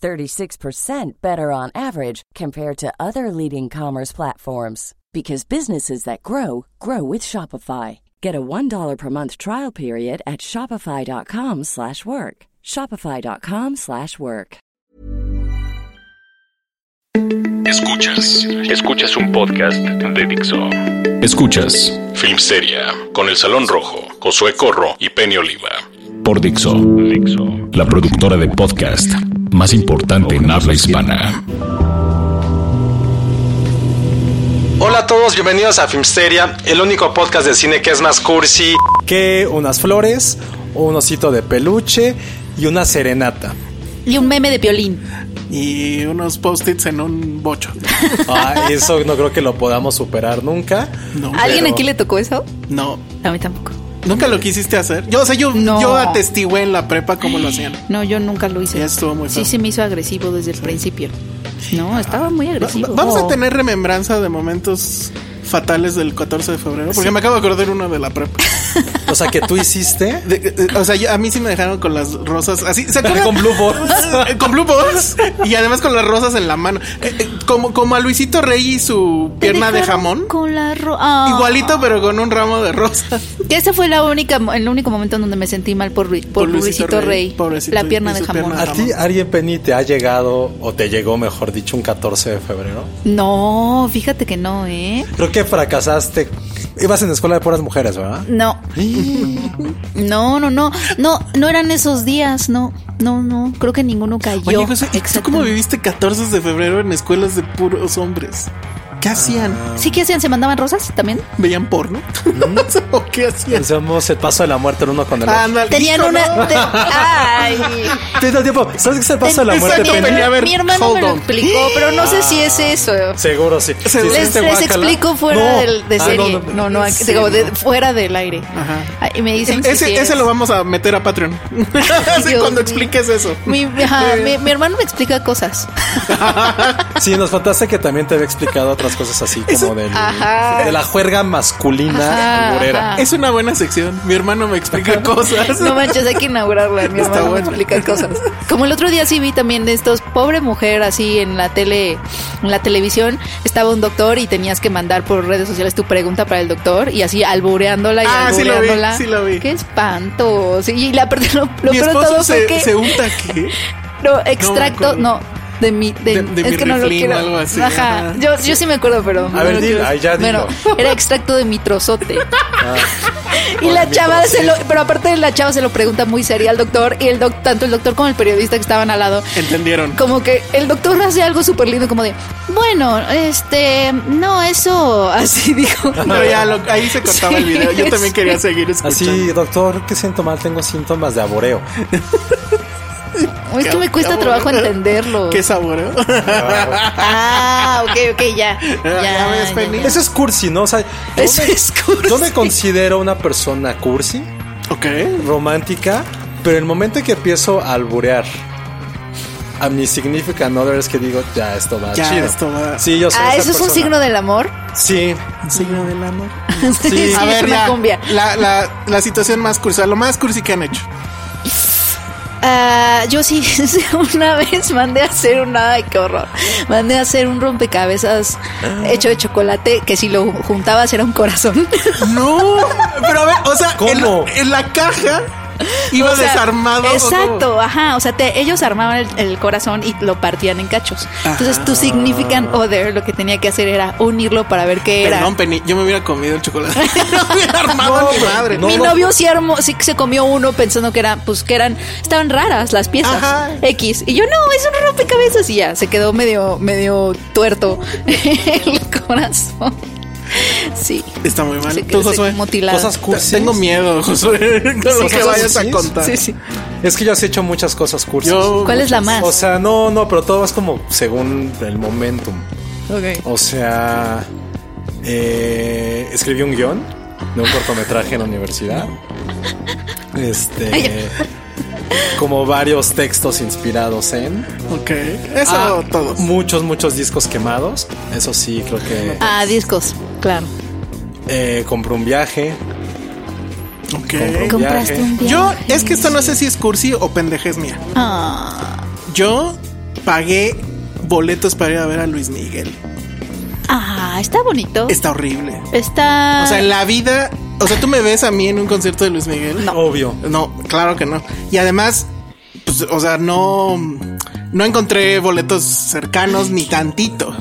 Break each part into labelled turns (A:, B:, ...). A: 36% better on average compared to other leading commerce platforms because businesses that grow grow with Shopify. Get a $1 per month trial period at shopify.com/work. slash work. shopify.com/work. slash work.
B: Escuchas, escuchas un podcast de Dixo. Escuchas Filmsteria con El Salón Rojo, Josué Corro y Penny Oliva. Por Dixo, la productora de podcast más importante en habla hispana.
C: Hola a todos, bienvenidos a Filmsteria, el único podcast de cine que es más cursi.
D: que unas flores, un osito de peluche y una serenata.
E: Y un meme de violín.
F: y unos post-its en un bocho.
D: Ah, eso no creo que lo podamos superar nunca.
F: No,
E: ¿A ¿Alguien
F: pero-
E: aquí le tocó eso?
F: No,
E: A mí tampoco.
F: nunca lo quisiste hacer. Yo, o sea, yo,
E: No.
F: yo atestigué en la prepa cómo lo hacían.
E: No, yo nunca lo hice.
F: Sí, estuvo muy
E: Sí,
F: feo.
E: se me hizo agresivo desde el principio. No, estaba muy
F: Va-
E: agresivo.
F: va- Vamos a tener remembranza de momentos fatales del 14 de febrero, porque me acabo de acordar uno de la prepa.
D: O sea, que tú hiciste.
F: De- de- o sea, yo- a mí sí me dejaron con las rosas así. ¿Se acuerdan?
D: Con Blue Balls.
F: Eh, con Blue Balls y además con las rosas en la mano. Eh, eh, como, como a Luisito Rey y su
E: ¿Te
F: pierna de
E: dejaron
F: jamón.
E: Con la ro- Ah.
F: Igualito, pero con un ramo de rosas.
E: Que ese fue la única, mo- el único momento en donde me sentí mal por, Lu- por, Luisito, Rey.
F: Pobrecito,
E: la
F: y-
E: pierna
F: y
E: de
F: su
E: jamón.
F: pierna.
D: ¿A ti, Ariel Penny, te ha llegado o te llegó, mejor dicho, un 14 de febrero?
E: No, fíjate que no, ¿eh?
D: Creo que fracasaste. Ibas en la escuela de puras mujeres, ¿verdad?
E: No. No, no, no. No, no eran esos días, no. No, no. Creo que ninguno cayó.
F: Oye, José, ¿y ¿tú cómo
E: Exactamente.
F: viviste 14 de febrero en escuelas de puros hombres?
E: Ah.
F: ¿Qué hacían?
E: ¿Sí que hacían? ¿Se mandaban rosas también?
F: ¿Veían porno?
E: Mm.
F: ¿O qué hacían?
D: Pensamos el paso de la muerte el uno con el otro.
F: Ándale,
E: Tenían
F: hijo,
E: una.
F: no.
E: te- ay.
D: Ah, Te da tiempo. ¿Sabes qué es el paso de la
E: Ten-
D: muerte,
E: tenían-
D: Penny?
F: A ver,
E: Mi hermano
F: hold
E: me lo
F: on.
E: explicó, pero no sé si es eso.
D: Seguro sí. Si
F: Les-
E: Les,
D: hiciste
E: les
D: guácala-
E: explico fuera
D: No.
E: del, de
D: Ah,
E: serie.
D: no,
E: no,
D: no,
E: no, aquí- digo, de- fuera del aire.
F: Ajá.
E: Ah, Y me dicen que
F: Ese,
E: sí
F: ese
E: es.
F: lo vamos a meter a Patreon. Así
E: Dios mío.
F: cuando expliques eso.
E: Mi, ajá,
F: Muy
E: mi,
F: bien.
E: mi hermano me explica cosas.
D: Sí, nos contaste que también te había explicado otras cosas así como del-
E: Ajá.
D: de la juerga masculina
E: Ajá,
D: figurera.
E: ajá.
F: Es una buena sección. Mi hermano me explica cosas.
E: No manches, hay que inaugurarla. Mi
F: Está
E: hermano me
F: bueno.
E: explica cosas. Como el otro día sí vi también de estos pobre mujer así en la tele, en la televisión, estaba un doctor y tenías que mandar por redes sociales tu pregunta para el doctor y así albureándola y
F: Ah, sí lo vi,
E: albureándola.
F: sí lo vi.
E: Qué espanto. Sí, y la parte- lo, lo peor
F: Mi
E: de
F: esposo
E: todo fue
F: se,
E: que
F: se unta aquí.
E: no, extracto,
F: acuerdo.
E: no. De mi, de,
F: De- de
E: es
F: mi
E: que no lo
F: refil o
E: quiero.
F: algo así,
E: Ajá.
F: ajá.
E: Yo, yo sí me acuerdo, pero. no
D: ver,
E: lo
D: dilo,
E: quiero.
D: ahí ya
E: Bueno,
D: dilo.
E: era extracto de mi trozote. Y
F: Ah.
D: Por
E: la
D: mi
E: chava se lo,
D: trocito.
E: pero aparte la chava se lo pregunta muy seria al doctor y el doc, tanto el doctor como el periodista que estaban al lado.
F: Entendieron.
E: Como que el doctor hace algo súper lindo, como de, bueno, este, no, eso, así dijo.
F: No, ya lo- ahí se cortaba el video. Yo
E: Sí,
F: también
E: sí.
F: quería seguir escuchando.
D: Así, doctor, ¿qué siento mal? Tengo síntomas de aboreo.
E: Es que me cuesta
F: Qué
E: trabajo
F: aburrido.
E: entenderlo.
F: Qué sabor. ¿eh?
E: Ah, ok, ok, ya. Ya,
F: ya ves,
E: ya,
F: Penny.
E: ya.
D: Eso es cursi, ¿no? O sea, yo,
E: Eso
D: me,
E: es cursi.
D: yo me considero una persona cursi,
F: ok.
D: romántica, pero el momento en que empiezo a alburear a mi significant other es que digo, ya esto va
F: Ya,
D: chido.
F: esto va-
D: Sí, yo soy
E: Ah,
D: esa
E: eso es un
D: persona.
E: signo del amor.
D: Sí,
F: Signo del amor.
E: Sí, sí,
F: a
E: es
F: ver,
E: una
F: ya,
E: cumbia.
F: La, la, la situación más cursi, lo más cursi que han hecho.
E: Ah, yo sí, sí, una vez mandé a hacer una, ay, qué horror. Mandé a hacer un rompecabezas
F: Ah.
E: hecho de chocolate que si lo juntabas era un corazón.
F: No, pero a ver, o sea,
D: ¿Cómo?
F: En, en la caja Iba
E: O sea,
F: desarmado. ¿o
E: Exacto, ajá. O sea, te- ellos armaban el, el corazón y lo partían en cachos. Entonces, tu significant other lo que tenía que hacer era unirlo para ver qué
F: cómo?
E: era.
F: Perdón, Penny, yo me hubiera comido el chocolate. no hubiera armado a mi madre.
E: Mi novio sí, armó- sí que se comió uno pensando que eran, pues que eran, estaban raras las piezas.
F: Ajá.
E: X. Y yo, no, es un rompecabezas. Y ya, se quedó medio, medio tuerto el corazón. Sí.
F: Está muy mal.
E: Se
F: Tú,
E: quedó
F: Josué.
E: mutilado.
D: Cosas cursis.
F: Tengo miedo, Josué, con lo que
D: cosas
F: vayas a
D: cursis.
F: contar.
E: Sí, sí.
D: Es que yo has hecho muchas cosas cursis.
F: Yo-
E: ¿Cuál es la más?
D: O sea, no, no, pero todo es como según el momentum.
E: Ok.
D: O sea, eh, escribí un guión de un cortometraje en la universidad. Este, como varios textos inspirados en
F: Ok. Eso
D: Ah,
F: todo.
D: muchos, muchos discos quemados. Eso sí, creo que
E: Ah, discos, claro.
D: eh, compré un viaje.
F: Ok.
D: Compré
E: Compraste
D: viaje.
E: un viaje.
F: Yo, es que esto no sé si es cursi o pendejez mía.
E: Ah,
F: Yo pagué boletos para ir a ver a Luis Miguel.
E: ah, está bonito.
F: Está horrible.
E: Está.
F: O sea, en la vida. O sea, tú me ves a mí en un concierto de Luis Miguel.
D: Obvio.
F: No, claro que no. Y además, pues, o sea, no. No encontré boletos cercanos ni tantito.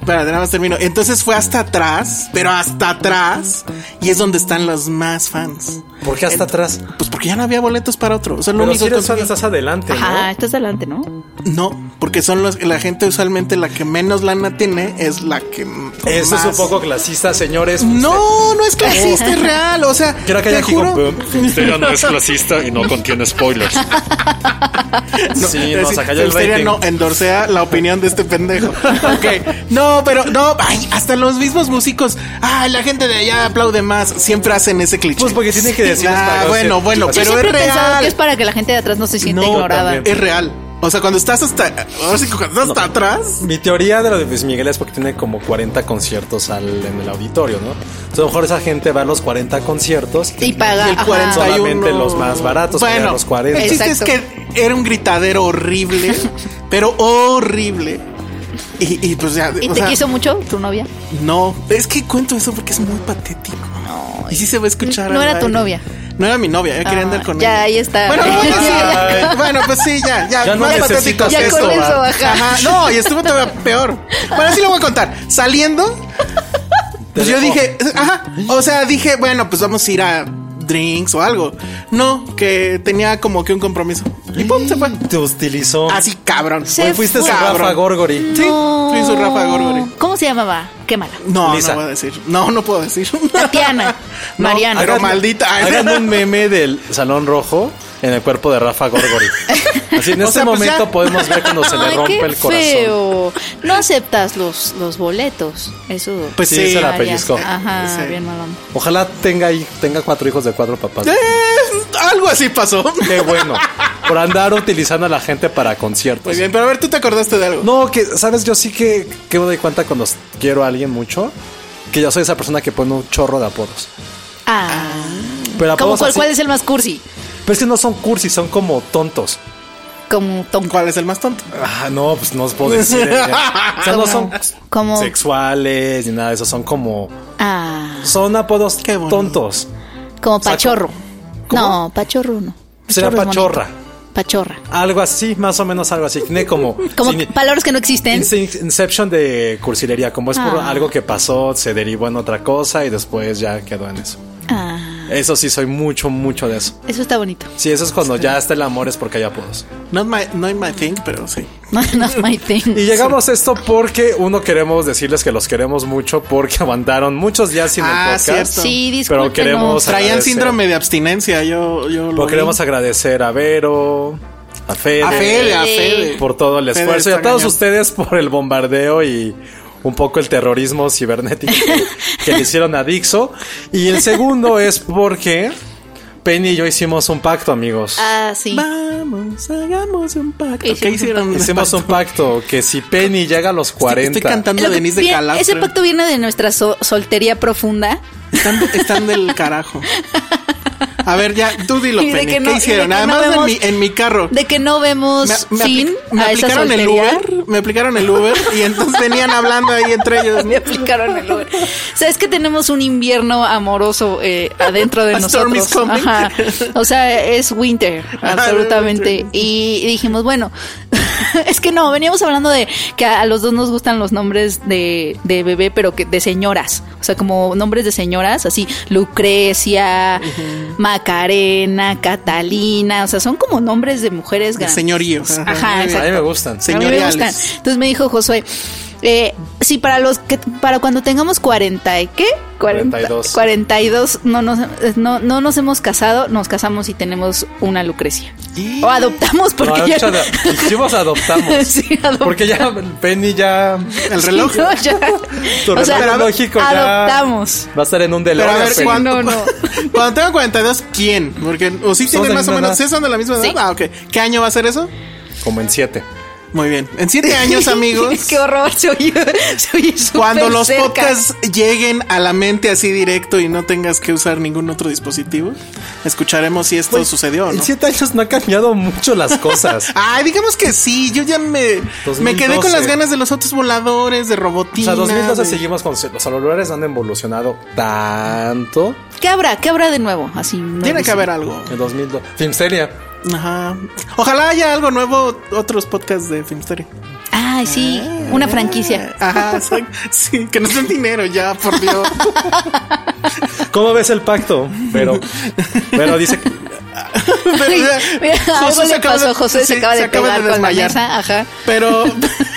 F: Espera, nada más termino. Entonces fue hasta atrás, pero hasta atrás. Y es donde están los más fans.
D: ¿Por qué hasta atrás?
F: Pues porque ya no había boletos para otro. O sea, lo
D: Pero
F: único
D: si
F: que
D: eres fan,
F: conseguí-
D: estás adelante, ¿no?
E: Ajá, estás delante, ¿no?
F: No, porque son los la gente usualmente la que menos lana tiene es la que m-
D: Eso
F: más-
D: es un poco clasista, señores.
F: No, no es clasista es real, o sea,
D: Quiero que
F: te
D: haya aquí
F: juro-
D: Filmsteria no es clasista y no contiene spoilers. sí,
F: Es
D: nos
F: decir,
D: cayó el
F: Filmsteria
D: rating.
F: no endorsea la opinión de este pendejo. Ok, no, pero no, ay, hasta los mismos músicos, ay, la gente de allá aplaude más, siempre hacen ese cliché.
D: Pues porque tienen que decir
F: Ah,
D: esta
F: bueno,
D: cosa.
F: bueno,
D: Yo
E: Yo
F: pero
E: siempre
F: es
E: he pensado
F: real.
E: que es para que la gente de atrás no se sienta
D: No,
E: ignorada.
D: también.
F: Es real. O sea, cuando estás hasta ahora sí que cuando estás hasta atrás
D: Mi teoría de lo de Luis Miguel es porque tiene como 40 conciertos al- en el auditorio, ¿no? Entonces, a lo mejor esa gente va a los 40 conciertos.
E: Y paga.
F: Y el
E: ajá.
F: 41.
D: Solamente los más baratos, que eran los 40.
F: El chiste
E: Exacto.
F: es que era un gritadero horrible, pero horrible. Y, y, pues ya.
E: ¿Y
F: o
E: te
F: sea,
E: quiso mucho tu novia?
F: No, es que cuento eso porque es muy patético. y sí se va a escuchar.
E: No
F: al
E: era tu
F: aire.
E: novia. Ah,
F: No era mi novia, yo quería andar con
E: ya,
F: ella.
E: ahí está.
F: Bueno, bueno,
E: Ya,
F: sí,
E: ya.
F: ya. Bueno, pues sí, ya, ya.
D: Ya no
F: más
D: necesitas
F: patético que
E: Ya con
F: esto,
E: eso,
F: ¿va?
E: ajá.
F: No, y estuvo todavía peor. Bueno, sí lo voy a contar. Saliendo, pues yo dije, ajá. O sea, dije, bueno, pues vamos a ir a drinks o algo. No, que tenía como que un compromiso. Y pum, se fue.
D: Te utilizó.
F: Así cabrón.
E: Se
D: Hoy Mm. fuiste su
F: cabrón.
D: Rafa Gorgori.
F: Sí,
E: No.
F: fui su Rafa Gorgori.
E: ¿Cómo se llamaba? Qué mala.
F: No,
D: Lisa.
F: no puedo decir. No, no puedo decir.
E: Tatiana,
F: No,
E: Mariana.
F: Pero
D: Hagan-
F: maldita.
D: Hagan un meme del Salón Rojo en el cuerpo de Rafa Gorgori. Así en
F: O
D: este
F: sea, pues
D: momento
F: ya.
D: podemos ver cuando se le
E: Ay,
D: rompe
E: qué
D: el corazón.
E: feo. No aceptas los, los boletos. Eso.
F: Pues
D: Sí,
F: sí.
D: se la
E: Ah, ya.
D: pellizcó.
E: Ajá,
F: Sí.
E: bien malón.
D: Ojalá tenga ahí, tenga cuatro hijos de cuatro papás.
F: Eh, algo así pasó.
D: Qué bueno. Por andar utilizando a la gente para conciertos.
F: Muy bien, pero a ver, tú te acordaste de algo.
D: No, que, ¿sabes? Yo sí que, que me doy cuenta cuando quiero a alguien mucho, que yo soy esa persona que pone un chorro de apodos.
E: Ah.
D: Pero
E: ¿Cómo
D: apodos
E: cuál,
D: así-
E: cuál es el más cursi?
D: Pero es que no son cursis, son como tontos.
E: Como Tom
F: ¿Cuál es el más tonto?
D: Ah, no, pues no os puedo decir. eh. O sea, no son
E: como-
D: sexuales ni nada de eso, son como...
E: Ah.
D: Son apodos
F: Qué bonito.
D: tontos.
E: Como
D: sea,
E: pachorro. No, pachorro no.
D: Será
E: Pachorro es
D: pachorra.
E: bonito. Pachorra.
D: Algo así, más o menos algo así. Tiene como...
E: Como
D: sin-
E: palabras que no existen.
D: Ince- Inception de cursilería, como es por
E: Ah.
D: algo que pasó, se derivó en otra cosa y después ya quedó en eso.
E: Ah,
D: Eso sí, soy mucho, mucho de eso.
E: eso está bonito.
D: Sí, eso es cuando ya está el amor, es porque hay apodos.
F: Not my, not my thing, pero sí.
E: Not my thing.
D: Y llegamos a esto porque uno queremos decirles que los queremos mucho porque aguantaron muchos días sin
F: Ah,
D: el podcast.
F: cierto.
E: Sí,
D: Pero
E: discúlpenos.
D: queremos
F: Traían
D: agradecer.
F: síndrome de abstinencia. Yo, yo lo
D: Pero
F: vi.
D: queremos agradecer a Vero, a Fede,
F: a Fede, a Fede.
D: por todo el
F: Fede
D: esfuerzo y a
F: está
D: todos
F: cañón.
D: ustedes por el bombardeo y un poco el terrorismo cibernético que le hicieron a Dixo. Y el segundo es porque Penny y yo hicimos un pacto, amigos.
E: Ah, sí.
F: Vamos, hagamos un pacto. ¿Qué hicieron?
D: Hicimos un pacto que si Penny llega a los 40,
F: Estoy cantando
E: Lo que
F: Denise de
E: viene-
F: Calaf.
E: ese
F: creo.
E: pacto viene de nuestra so- soltería profunda.
F: Están, están del carajo. A ver, ya, tú dilo,
E: Y de
F: Penny,
E: que no- y
F: ¿qué
E: de
F: hicieron?
E: que
F: Nada
E: no
F: más en,
E: vemos-
F: mi, en mi carro.
E: De que no vemos
F: me, apli-
E: fin
F: me
E: a esa
F: aplicaron el
E: soltería.
F: Uber, me aplicaron el Uber y entonces venían hablando ahí entre ellos.
E: Me aplicaron el Uber. O sea, es que tenemos un invierno amoroso eh, adentro de
F: A storm
E: nosotros.
F: is coming. Ah,
E: Ajá. O sea, es winter, absolutamente.
F: winter.
E: Y dijimos, bueno, es que no, veníamos hablando de que a a los dos nos gustan los nombres de, de bebé, pero que de señoras. O sea, como nombres de señoras, así Lucrecia, Macarena, Catalina. O sea, son como nombres de mujeres
F: De
E: grandes.
F: señorío.
E: Ajá,
F: Muy bien.
D: A mí
E: exacto.
D: me gustan.
F: Sí.
E: A mí me
F: Señoriales.
E: gustan. Entonces me dijo Josué, eh, sí, para los que, para cuando tengamos 40, ¿y ¿qué?
D: 42.
E: 42 no nos, no, no nos hemos casado, nos casamos y tenemos una Lucrecia. O
F: Ah.
E: adoptamos porque
D: No,
E: ya...
D: de hecho, hicimos adoptamos.
E: Sí, adoptamos.
D: Porque ya Penny ya.
F: El reloj.
E: No, ya.
D: Tu
E: O sea,
D: reloj biológico ya
E: adoptamos.
D: Va a estar en un
F: Pero a
D: DeLorean.
F: ver,
D: Penny.
F: ¿cuándo-
E: no, no.
F: Cuando tenga 42, ¿quién? Porque, o sí
D: de
F: tienen más o
D: la misma edad.
F: menos, ¿sí son de la misma edad?
E: Sí.
F: Ah, ok. ¿Qué año va a ser eso?
D: Como en siete.
F: Muy bien. En siete años, amigos.
E: Qué horror, se oye, se oye súper
F: Cuando los
E: cerca.
F: podcasts lleguen a la mente así directo y no tengas que usar ningún otro dispositivo, escucharemos si esto
D: Pues,
F: sucedió o
D: En
F: no.
D: siete años no han cambiado mucho las cosas.
F: Ay, digamos que sí, yo ya me, me quedé
D: 2012.
F: con las ganas de los otros voladores, de
D: O
F: robotina.
D: sea, 2012
F: de-
D: seguimos con los celulares han evolucionado tanto.
E: ¿Qué habrá? ¿Qué habrá de nuevo? Así.
F: Tiene que
E: nuevísimo.
F: haber algo.
D: En 2002. Filmsteria.
F: Ajá. Ojalá haya algo nuevo, otros podcasts de Filmsteria.
E: Ay, sí, una franquicia.
F: Ajá, exacto. sí, que nos den dinero ya, por Dios.
D: ¿Cómo ves el pacto? Pero, pero dice
F: Pero, o sea,
E: Mira, algo
F: José
E: le
F: acaba de-
E: pasó, José se
F: sí,
E: acaba de pegar con la
F: desmayar.
E: mesa, ajá.
F: Pero,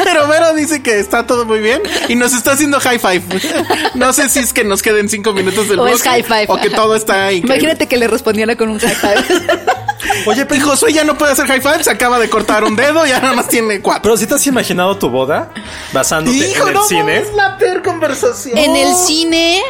F: pero Vero dice que está todo muy bien y nos está haciendo high five. No sé si es que nos queden cinco minutos del
E: O es
F: bosque
E: high five.
F: o que todo está increíble.
E: Imagínate que le respondiera con un high five.
F: Oye, pero Josué ya no puede hacer high five, se acaba de cortar un dedo y nada más tiene cuatro.
D: Pero si te has imaginado tu boda basándote en el cine.
F: es la peor conversación.
E: en el cine.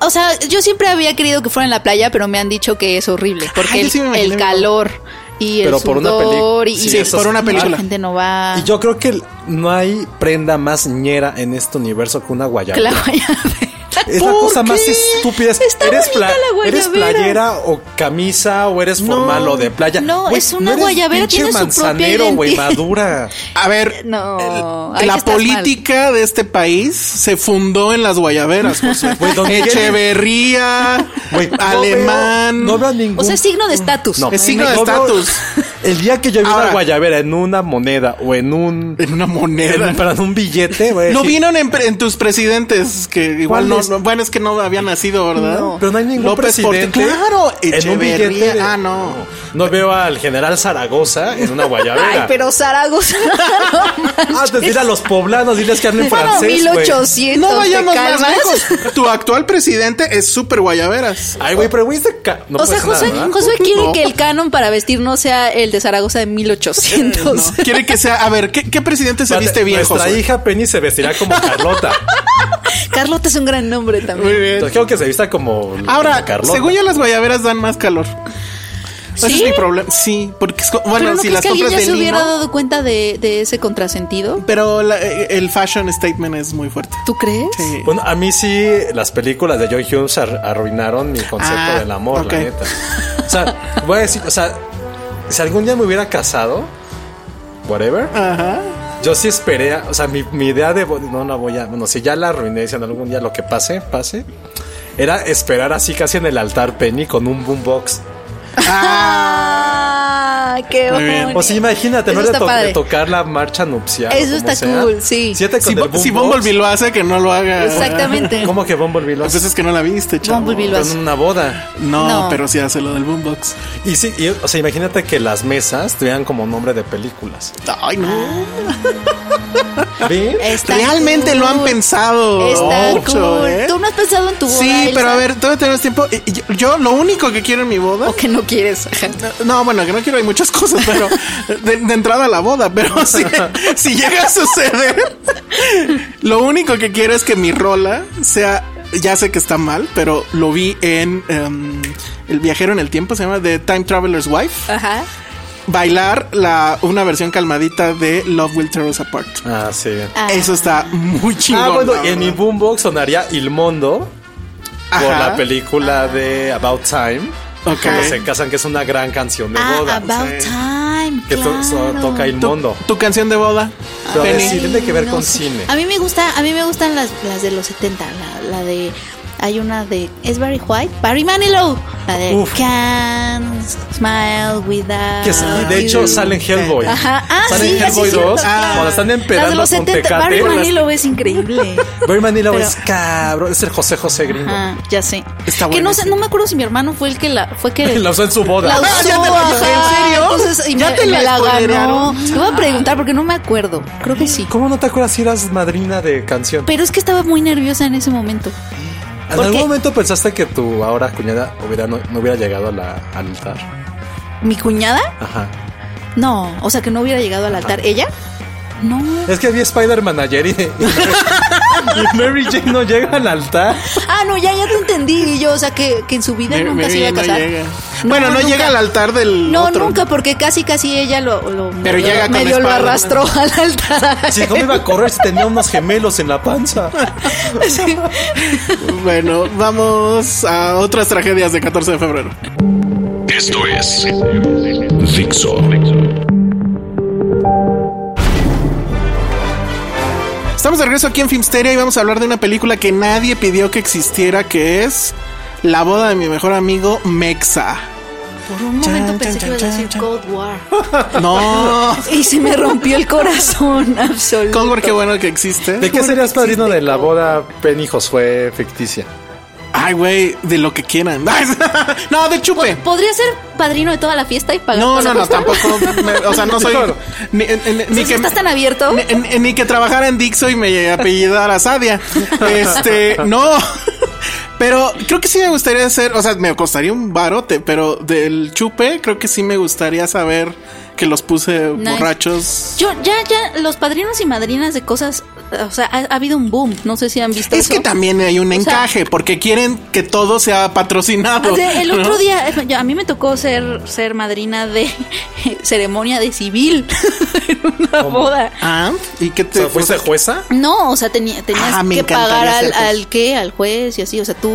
E: O sea, yo siempre había querido que fuera en la playa, pero me han dicho que es horrible. Porque
F: yo
E: el,
F: sí me imaginé
E: el
F: mi
E: calor y el
D: Pero por una
E: sudor
D: peli-
E: y,
D: sí,
E: y-
F: Sí, por una
E: La
F: película.
E: gente no va.
D: Y yo creo que no hay prenda más ñera en este universo que una guayaba.
E: que la guayabera.
D: Es la
E: ¿Por
D: cosa más
E: qué?
D: estúpida. Es-
E: Está
D: eres,
E: bonita la
D: eres
E: guayabera.
D: playera o camisa o eres formal o de playa.
E: no,
D: Güey,
E: es una
D: eres
E: guayabera,
D: pinche
E: tiene su propia
D: manzanero, güey,
E: identidad.
D: madura.
F: A ver,
E: No,
F: el-
E: ahí
F: la
E: estás mal.
F: política de este país se fundó en las guayaberas, José.
D: Güey, don Miguel-
F: Echeverría,
D: Güey, no
F: alemán.
D: veo- No veo ningún.
E: O sea, es signo de estatus.
D: No.
F: Es signo de
D: No veo-
F: estatus.
D: El día que yo vi una
F: Ahora-
D: guayabera en una moneda o en un.
F: En una
D: en
F: moneda.
D: un- perdón, un billete, güey.
F: Lo
D: sí.
F: vieron en, pre- en tus presidentes, que igual no,
D: ¿Cuáles?
F: no- Bueno, es que no había nacido, ¿verdad?
E: No.
D: Pero no hay ningún
F: López Portillo.
D: presidente.
F: Claro,
D: en un
F: Echeverría.
D: billete. de-
F: Ah, no.
D: No veo al general Zaragoza en una guayabera.
E: Ay, pero Zaragoza.
D: Ah, pues dile a los poblanos, diles que hablen
E: Bueno,
D: francés, güey.
E: 1800.
F: No
E: ¿te
F: vayamos más
E: calmas?
F: lejos. Tu actual presidente es súper guayaveras.
D: Ay, güey, pero güey, es de ca- no
E: o sea,
D: puede ser
E: Josué,
D: nada, ¿verdad?
E: Josué quiere
F: No.
E: que el canon para vestir no sea el de Zaragoza de 1800.
D: Eh,
F: Quiere que sea. A ver, ¿qué, qué presidente se
D: Espérate,
F: viste bien,
D: Nuestra
F: José?
D: hija Penny se vestirá como Carlota.
E: Carlota es un gran nombre
F: Muy
E: también.
F: bien.
D: Entonces, quiero que se vista como
F: Ahora,
D: como Carlota.
F: según yo, las guayaberas dan más calor. Ese
E: ¿Sí?
F: es mi problema. Sí, porque es co- bueno,
E: Pero no
F: si
E: crees
F: las
E: que alguien
F: compras
E: ya
F: de
E: se hubiera
F: lino,
E: dado cuenta de, de ese contrasentido.
F: pero la- eh, el fashion statement es muy fuerte.
E: ¿Tú crees?
F: Sí.
D: Bueno, a mí sí, las películas de John Hughes ar- arruinaron mi concepto
F: Ah,
D: del amor,
F: ok.
D: la neta. O sea, voy a decir, o sea, si algún día me hubiera casado, whatever, yo sí esperé, a- o sea, mi, mi idea de, bo- no la voy a, bueno, si ya la arruiné, si en algún día lo que pase, pase, era esperar así casi en el altar Penny con un boombox.
E: Ah, qué
F: Muy bien. Pues
E: bonito.
D: O sea, imagínate, no
E: Eso
D: era
E: está
D: to-
E: padre.
D: de tocar la marcha nupcial. o
E: Eso
D: como
E: está cool, sí.
D: Siete con
F: Si,
D: el
F: Bo- si
D: boombox.
F: Bumblebee lo hace, que no lo haga.
E: Exactamente.
D: ¿Cómo que Bumblebee lo
F: Pues
D: hace?
F: eso es que no la viste, chavo.
E: Bumblebee lo hace.
D: En una boda.
F: No,
E: No.
F: pero sí hace lo del boombox.
D: Y sí, y, o sea, imagínate que las mesas tuvieran como nombre de películas.
F: Ay, no.
D: ¿Ven?
E: Ah, Está
F: Realmente lo han
E: cool.
F: pensado.
E: Está
F: mucho,
E: cool.
F: ¿eh?
E: Tú no has pensado en tu boda.
F: Sí,
E: Elsa?
F: pero a ver, todavía tenemos tiempo. Y- y Yo, yo lo único que quiero en mi boda.
E: O que no quieres. ajá.
F: No, bueno, que no quiero, hay muchas cosas, pero de, de entrada a la boda, pero si, si llega a suceder, lo único que quiero es que mi rola sea, ya sé que está mal, pero lo vi en em, El viajero en el tiempo, se llama The Time Traveler's Wife,
E: Ajá.
F: bailar la, una versión calmadita de Love Will Tear Us Apart.
D: Ah, sí.
E: Ah.
F: Eso está muy chingón.
D: Ah, bueno,
F: la
D: y en mi
F: verdad.
D: boombox sonaría Il Mondo por
F: Ajá.
D: la película de About Time.
F: Ok.
D: Cuando se casan, que es una gran canción de
E: Ah,
D: boda.
E: About
D: Sí.
E: Time.
D: Que to- so-
E: claro.
D: toca
F: ¿Tu,
D: Inmondo.
F: tu canción de boda.
D: Pero
F: Penny.
D: Ah, sí, tiene que ver
E: no
D: con
E: sé.
D: cine.
E: A mí me gusta, a mí me gustan las, las de los 70, la, la de hay una de es Barry White, Barry Manilow, la de
D: Uf.
E: Can't Smile Without.
D: Que sí, de hecho
E: You.
D: sale en Hellboy.
E: Ajá, ah,
D: sale
E: sí,
D: en
E: sí,
D: Hellboy 2.
E: es cierto, claro.
D: Cuando están
E: Las de
D: empedrando
E: los
D: con
E: 70, Barry
D: tecate. con las-
E: Manilow es increíble.
D: Barry Manilow
E: Pero-
D: es cabrón. Es el José José gringo.
E: Ah, ya sé.
F: Está
E: que no sé,
F: buenísimo.
E: no me acuerdo si mi hermano fue el que la fue que
D: La usó en su boda.
E: La usó,
F: Ah, ya te la-
E: ajá,
F: ¿en serio?
E: Entonces, y
F: ¿Ya
E: me,
F: te
E: me
F: la
E: la ganó.
F: spoilearon?
E: Te voy a preguntar porque no me acuerdo. Creo que sí.
D: ¿Cómo no te acuerdas si eras madrina de canción?
E: Pero es que estaba muy nerviosa en ese momento.
D: ¿En
E: ¿por
D: algún
E: qué?
D: momento pensaste que tu ahora cuñada hubiera, no, no hubiera llegado a la, al altar?
E: ¿Mi cuñada?
D: Ajá.
E: No, o sea que no hubiera llegado al altar. ¿Ella? No.
D: Es que vi Spider-Man ayer y, y Mary Jane no llega al altar.
E: Ah, no, ya, ya te entendí. Y yo, o sea que, que en su vida
F: Me-
E: nunca
F: me-
E: se iba a
F: no
E: casar.
F: llega. bueno, no
E: nunca.
F: llega al altar del.
E: No,
F: otro.
E: nunca, porque casi, casi ella lo, lo medio,
F: Pero llega con
E: medio lo
F: espada.
E: arrastró al altar.
D: Si no iba a correr, si tenía unos gemelos en la panza.
E: Sí.
F: Bueno, vamos a otras tragedias de 14 de febrero.
B: Esto es Dixo.
F: Estamos de regreso aquí en Filmsteria y vamos a hablar de una película que nadie pidió que existiera, que es La boda de mi mejor amigo Mexa.
E: Por un momento
F: Chan,
E: pensé
F: chan,
E: que ibas a
F: chan,
E: decir
F: chan.
E: Cold War.
F: No.
E: Y se me rompió el corazón, absoluto.
F: Cold War, qué bueno que existe.
D: ¿De qué serías padrino de la boda Penny Josué ficticia?
F: Ay, güey, de lo que quieran. no, de chupe.
E: ¿Podría ser padrino de toda la fiesta y pagar
F: No,
E: por la
F: no, no,
E: fiesta?
F: tampoco. me- o sea, no soy. Ni, en- en- ni
E: Si
F: que,
E: estás tan abierto.
F: ni- en- en- ni que trabajara en Dixo y me apellidara Sadia. Este, no. Pero creo que sí me gustaría hacer, o sea, me costaría un barote, pero del chupe creo que sí me gustaría saber que los puse
E: Nice.
F: borrachos.
E: Yo, ya, ya, los padrinos y madrinas de cosas, o sea, ha, ha habido un boom, no sé si han visto
F: Es
E: eso.
F: que también hay un
E: O sea-
F: encaje, porque quieren que todo sea patrocinado.
E: O sea, Ah, el
F: ¿no?
E: otro día, eh, yo- a mí me tocó ser, ser madrina de ceremonia de civil en una boda.
F: Ah, ¿y qué
D: O
F: te
D: sea, ¿fuiste jueza?
E: No, o sea, tenía- tenías
F: Ah, me
E: que
F: encantaría
E: pagar
F: ser
E: al,
F: juez.
E: al qué, al juez y así, o sea, tú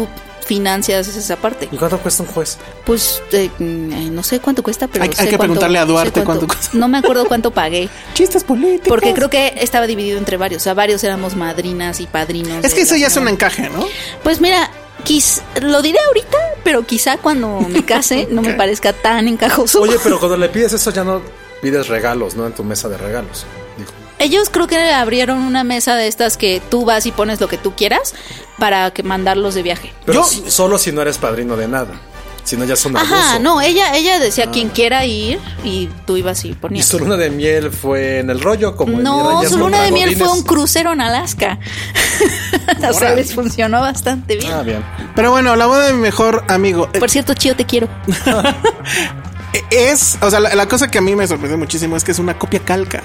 E: financias esa parte.
D: ¿Y cuánto cuesta un juez?
E: Pues eh, mm, no sé cuánto cuesta, pero
F: Hay-
E: sé
F: hay que
E: cuánto-
F: preguntarle a
E: sé
F: Duarte cuánto cuesta.
E: No me acuerdo cuánto pagué,
F: Chistes políticos.
E: porque creo que estaba dividido entre varios, o sea, varios éramos madrinas y padrinos.
F: Es
E: de
F: que eso
E: la
F: ya es un
E: ceremonia.
F: encaje, ¿no?
E: Pues mira, quiz- lo diré ahorita, pero quizá cuando me case no me parezca tan encajoso.
D: Oye, pero cuando le pides eso ya no pides regalos, ¿no? En tu mesa de regalos. Digo,
E: Ellos creo que abrieron una mesa de estas que tú vas y pones lo que tú quieras para que mandarlos de viaje.
D: Pero
F: Yo-
D: s- solo si no eres padrino de nada. Si no, ya es un abuso.
E: Ajá, no, ella ella decía quien quiera ir y tú ibas y
D: Ah. Y
E: ponías.
D: su luna de miel fue en el rollo, como en
E: No,
D: Arañas
E: su luna
D: contra
E: de miel fue un
D: Godines.
E: crucero en Alaska. o sea, les funcionó bastante bien.
D: Ah, bien.
F: Pero bueno, la boda de mi mejor amigo eh,
E: Por cierto, Chío, te quiero.
F: es, o sea, la, la cosa que a mí me sorprendió muchísimo es que es una copia calca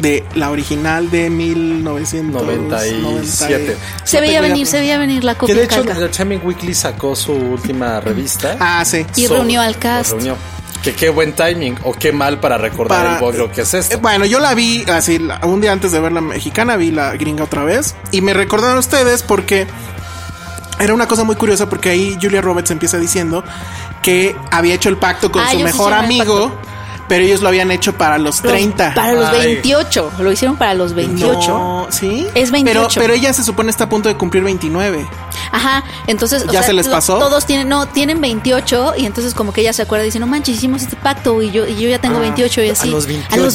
F: de la original de
D: 97.
F: 1997.
E: Se veía venir, se veía venir la
D: Que
E: copia
D: de hecho,
E: calca.
D: el Timing Weekly sacó su última revista.
F: Ah, sí.
E: Mm. Y
D: Sobre-
E: reunió al
D: lo
E: cast.
D: reunió. Que qué buen timing o qué mal para recordar
F: Para-
D: el bodrio que es
E: este.
F: Eh,
D: esto.
F: Bueno, yo la vi así, la- un día antes de ver la mexicana, vi la gringa otra vez y me recordaron ustedes porque era una cosa muy curiosa porque ahí Julia Roberts empieza diciendo que había hecho el pacto con
E: Ah,
F: su
E: ellos
F: mejor
E: hicieron el
F: amigo, pero ellos lo habían hecho para los
E: Los-
F: 30.
E: Para los
D: Ay.
E: 28. Lo hicieron para los 28.
F: No, ¿Sí?
E: Es 28.
F: Pero, pero ella se supone está a punto de cumplir 29.
E: Ajá. Entonces.
F: ¿Ya se les
E: lo-
F: pasó?
E: Todos tienen. No, tienen 28. Y entonces, como que ella se acuerda y dice: No manches, hicimos este pacto. Y yo, y yo ya
F: Ah,
E: tengo 28. Y así.
D: los
E: A los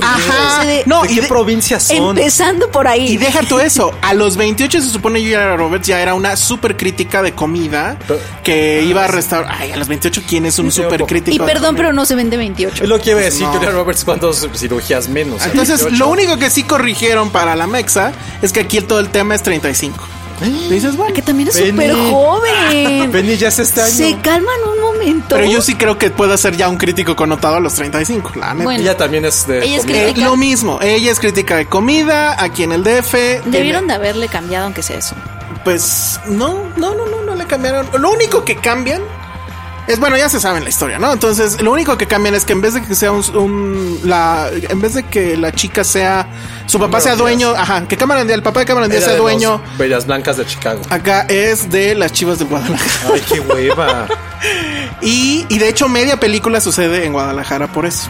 D: 28,
F: Ajá.
E: ¿qué sucede?
F: No,
D: ¿De
F: y
D: qué
F: de-
D: provincias son?
E: Empezando por ahí.
F: Y deja tú eso. A los 28 se supone Julia Roberts ya era una super crítica de comida
D: Pero-
F: que iba a restaurar. Ay, a los 28, ¿quién es un
D: Ah, Sí,
F: super
D: ojo.
F: crítico?
E: Y perdón, pero no se vende 28.
D: Es lo que iba a decir
F: No. Ah,
D: Julia Roberts cuando cirugías menos. a
F: Entonces,
D: 28.
F: lo único que sí corrigieron para la Mexa es que aquí todo el tema es 35.
D: ¿Eh?
F: Y dices, bueno.
E: Que también es
D: Penny.
E: súper joven.
D: Penny ya es este año.
E: Se calman un momento.
F: Pero yo sí creo que pueda ser ya un crítico connotado a los 35, la neta.
E: Bueno.
D: Ella también es de.
E: Ella es
D: comida.
F: Eh,
E: crítica.
F: lo mismo, ella es crítica de comida, aquí en el DF.
E: Debieron
F: en-
E: de haberle cambiado, aunque sea eso.
F: Pues no, no, no, no, no le cambiaron. Lo único que cambian Es bueno, ya se saben la historia, ¿no? Entonces, lo único que cambian es que en vez de que sea un, un- la en vez de que la chica sea su papá sea dueño, ajá, que Cameron Díaz, el papá de Cameron Díaz
D: Era
F: sea
D: de
F: dueño,
D: los Bellas Blancas de Chicago.
F: acá es de las Chivas de Guadalajara.
D: Ay, qué hueva.
F: Y, y de hecho, media película sucede en Guadalajara por eso.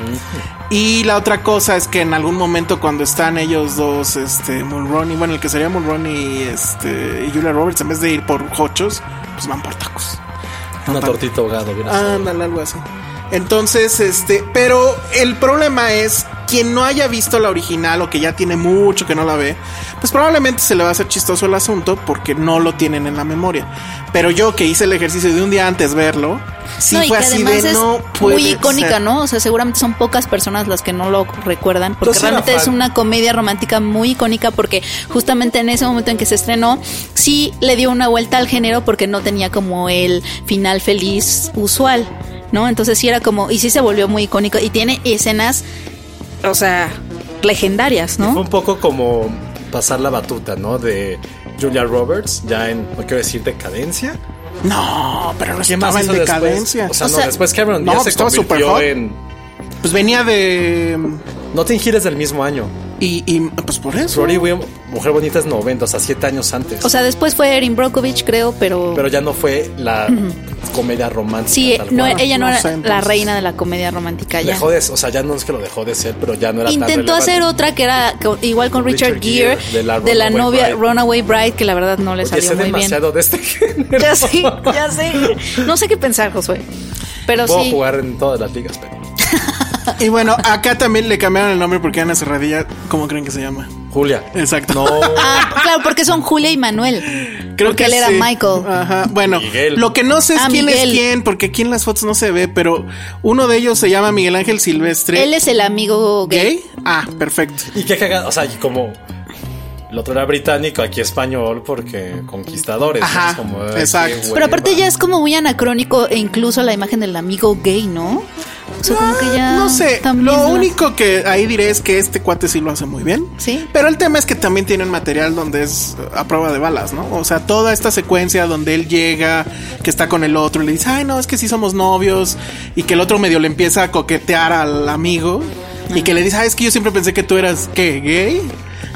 F: Y la otra cosa es que en algún momento cuando están ellos dos, este, Mulroney, bueno, el que sería Mulroney y este, y Julia Roberts, en vez de ir por hochos, pues van por tacos.
D: Una
F: Tan-
D: tortita ahogado. bien asado.
F: Ándale, algo así. Entonces, este, pero el problema es quien no haya visto la original o que ya tiene mucho que no la ve, pues probablemente se le va a hacer chistoso el asunto porque no lo tienen en la memoria. Pero yo que hice el ejercicio de un día antes verlo, sí
E: no, y que
F: fue así
E: además
F: de
E: es
F: no puede
E: muy icónica,
F: ser".
E: ¿no? O sea, seguramente son pocas personas las que no lo recuerdan, porque
D: Yo sí era
E: realmente es
D: fan.
E: una comedia romántica muy icónica, porque justamente en ese momento en que se estrenó, sí le dio una vuelta al género porque no tenía como el final feliz usual, ¿no? Entonces sí era como, y sí se volvió muy icónico, y tiene escenas, o sea, legendarias,
D: Fue
E: ¿no?
D: un poco como pasar la batuta, ¿no? De Julia Roberts, ya en, no quiero decir decadencia.
F: No, pero no
D: ¿Quién
F: estaba
D: más
F: en
D: hizo después?
F: decadencia.
D: O sea,
E: O
D: no,
E: sea,
D: después Cameron
F: no,
D: Díaz
F: pues
D: se
F: estaba super
D: convirtió
F: hot.
D: en...
F: pues venía de
D: No te ingires del mismo año.
F: y, y, pues por eso.
D: Rory Williams, Mujer Bonita es 90, o sea, 7 años antes.
E: O sea, después fue Erin Brockovich, creo,
D: pero ya no fue la comedia romántica.
E: Sí,
D: tal
E: no,
D: cual.
E: ella no
F: No
E: era
F: sé,
E: la
F: entonces.
E: reina de la comedia romántica ya.
D: Dejó de, o sea, ya no es que lo dejó de ser, pero ya no era tan
E: Intentó
D: relevante.
E: hacer otra que era co- igual con
D: Con
E: Richard,
D: Richard
E: Gere,
D: Gere,
E: de
D: de la Runaway
E: la, novia
D: Bride.
E: Runaway Bride, que la verdad no le
D: Oye, sé
E: salió muy bien.
D: demasiado de este género.
E: Ya sé, ya sé. No sé qué pensar, Josué. Pero
D: Puedo
E: sí.
D: jugar en todas las ligas, pero...
E: Ah.
F: Y bueno, acá también le cambiaron el nombre porque Ana Cerradilla, ¿cómo creen que se llama?
D: Julia.
F: Exacto.
D: No.
E: Ah, claro, porque son Julia y Manuel.
F: Creo
E: porque
F: que
E: él era
F: sí.
E: Michael.
F: Ajá. Bueno,
D: Miguel.
F: lo que no sé es
E: Ah,
F: quién
E: Miguel.
F: es quién, porque aquí en las fotos no se ve, pero uno de ellos se llama Miguel Ángel Silvestre.
E: Él es el amigo gay.
F: gay. Ah, perfecto.
D: Y qué cagado, o sea, y como el otro era británico, aquí español, porque conquistadores. ¿no?
F: Ajá,
D: Es como, ay,
F: exacto.
D: qué
E: Pero aparte
D: hueva.
E: ya es como muy anacrónico e incluso la imagen del amigo gay, ¿no? O sea, como que ya
F: Ah, No sé,
E: también
F: lo
E: la-
F: único que ahí diré es que este cuate sí lo hace muy bien.
E: Sí.
F: Pero el tema es que también tienen material donde es a prueba de balas, ¿no? O sea, toda esta secuencia donde él llega, que está con el otro y le dice, ay, no, es que sí somos novios, y que el otro medio le empieza a coquetear al amigo, y que le dice, ay, es que yo siempre pensé que tú eras, ¿qué? ¿Gay?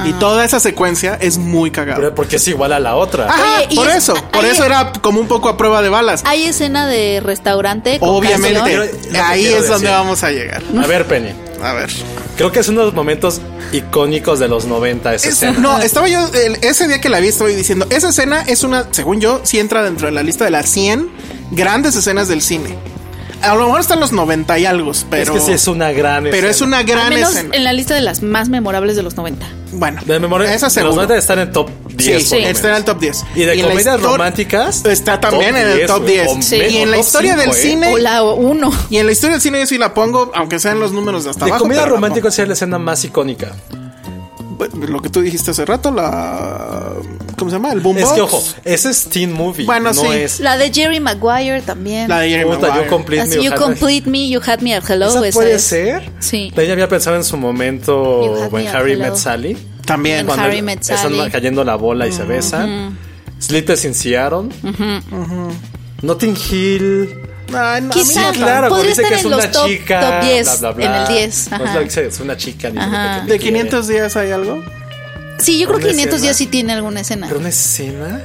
F: Y
E: Ah.
F: toda esa secuencia es muy cagada.
D: Pero porque es igual a la otra.
F: Ajá,
E: Oye, y
F: por
E: es-
F: eso, por
E: ahí-
F: eso era como un poco a prueba de balas.
E: Hay escena de restaurante. con
F: Obviamente,
E: canción.
D: canción.
F: ahí
D: Quiero
F: es donde
D: decir.
F: vamos a llegar.
D: A ver, Penny.
F: A ver.
D: Creo que es uno de los momentos icónicos de los 90 esa
F: Es-
D: escena.
F: no, estaba yo, el- ese día que la vi, estaba yo diciendo, esa escena es una, según yo, sí entra dentro de la lista de las 100 grandes escenas del cine. A lo mejor están los 90 y algo, pero...
D: es que sí es una gran
F: Pero es
D: escena.
F: una gran
E: Al menos
F: escena.
E: en la lista de las más memorables de los 90.
F: Bueno,
D: De memoria,
F: esa
D: de los
F: seguro.
D: 90 están en top 10.
F: sí,
D: por lo menos.
F: está en el top 10.
D: Y de
F: en la
D: comedias
F: histor-
D: románticas.
F: Está también en el top 10.
D: o
E: Sí.
D: menos,
E: Y
F: en la
D: top
F: historia del
D: ¿eh?
F: cine-
E: O la 1.
F: Y en la historia del cine yo sí la pongo, aunque sean los números de hasta
D: De
F: abajo.
D: comedia
F: pero la
D: romántica es la escena más icónica.
F: pongo. Lo que tú dijiste hace rato, la... ¿Cómo se llama? El boombox.
D: Es que, ojo, ese es teen movie.
F: Bueno,
D: no
F: sí.
D: es.
E: La de Jerry Maguire también.
F: La de Jerry
D: Puta,
F: Maguire.
D: yo complete
E: Así,
D: me,
E: you
D: ojalá.
E: complete me, you had me at hello.
D: ¿Esa
E: esa
D: puede
E: es.
D: ser?
E: Sí.
D: Ella había pensado en su
E: You
D: momento
E: had
D: When
E: me at
D: Harry
E: hello.
D: Met Sally.
F: También.
D: Cuando
E: Harry Met
D: están
E: Sally. Mm-hmm.
D: cayendo la bola y se besan. Sleepless in Seattle. Mm-hmm. Notting Hill.
F: Ay, no, a mí
E: Quizá
F: no tanto.
D: Claro,
E: Podría
D: cuando dice
E: estar
D: que es
E: en
D: una
E: los top-
D: chica.
E: top 10,
D: bla, bla, bla.
E: en el 10,
D: No es
E: ajá.
D: la que dice, es una chica. dice
E: Ajá.
D: que te
F: ¿De
D: quiere.
F: 500 días hay algo?
E: Sí, yo creo
D: Una
E: que 500 días
D: escena.
E: sí tiene alguna escena.
D: Pero una escena.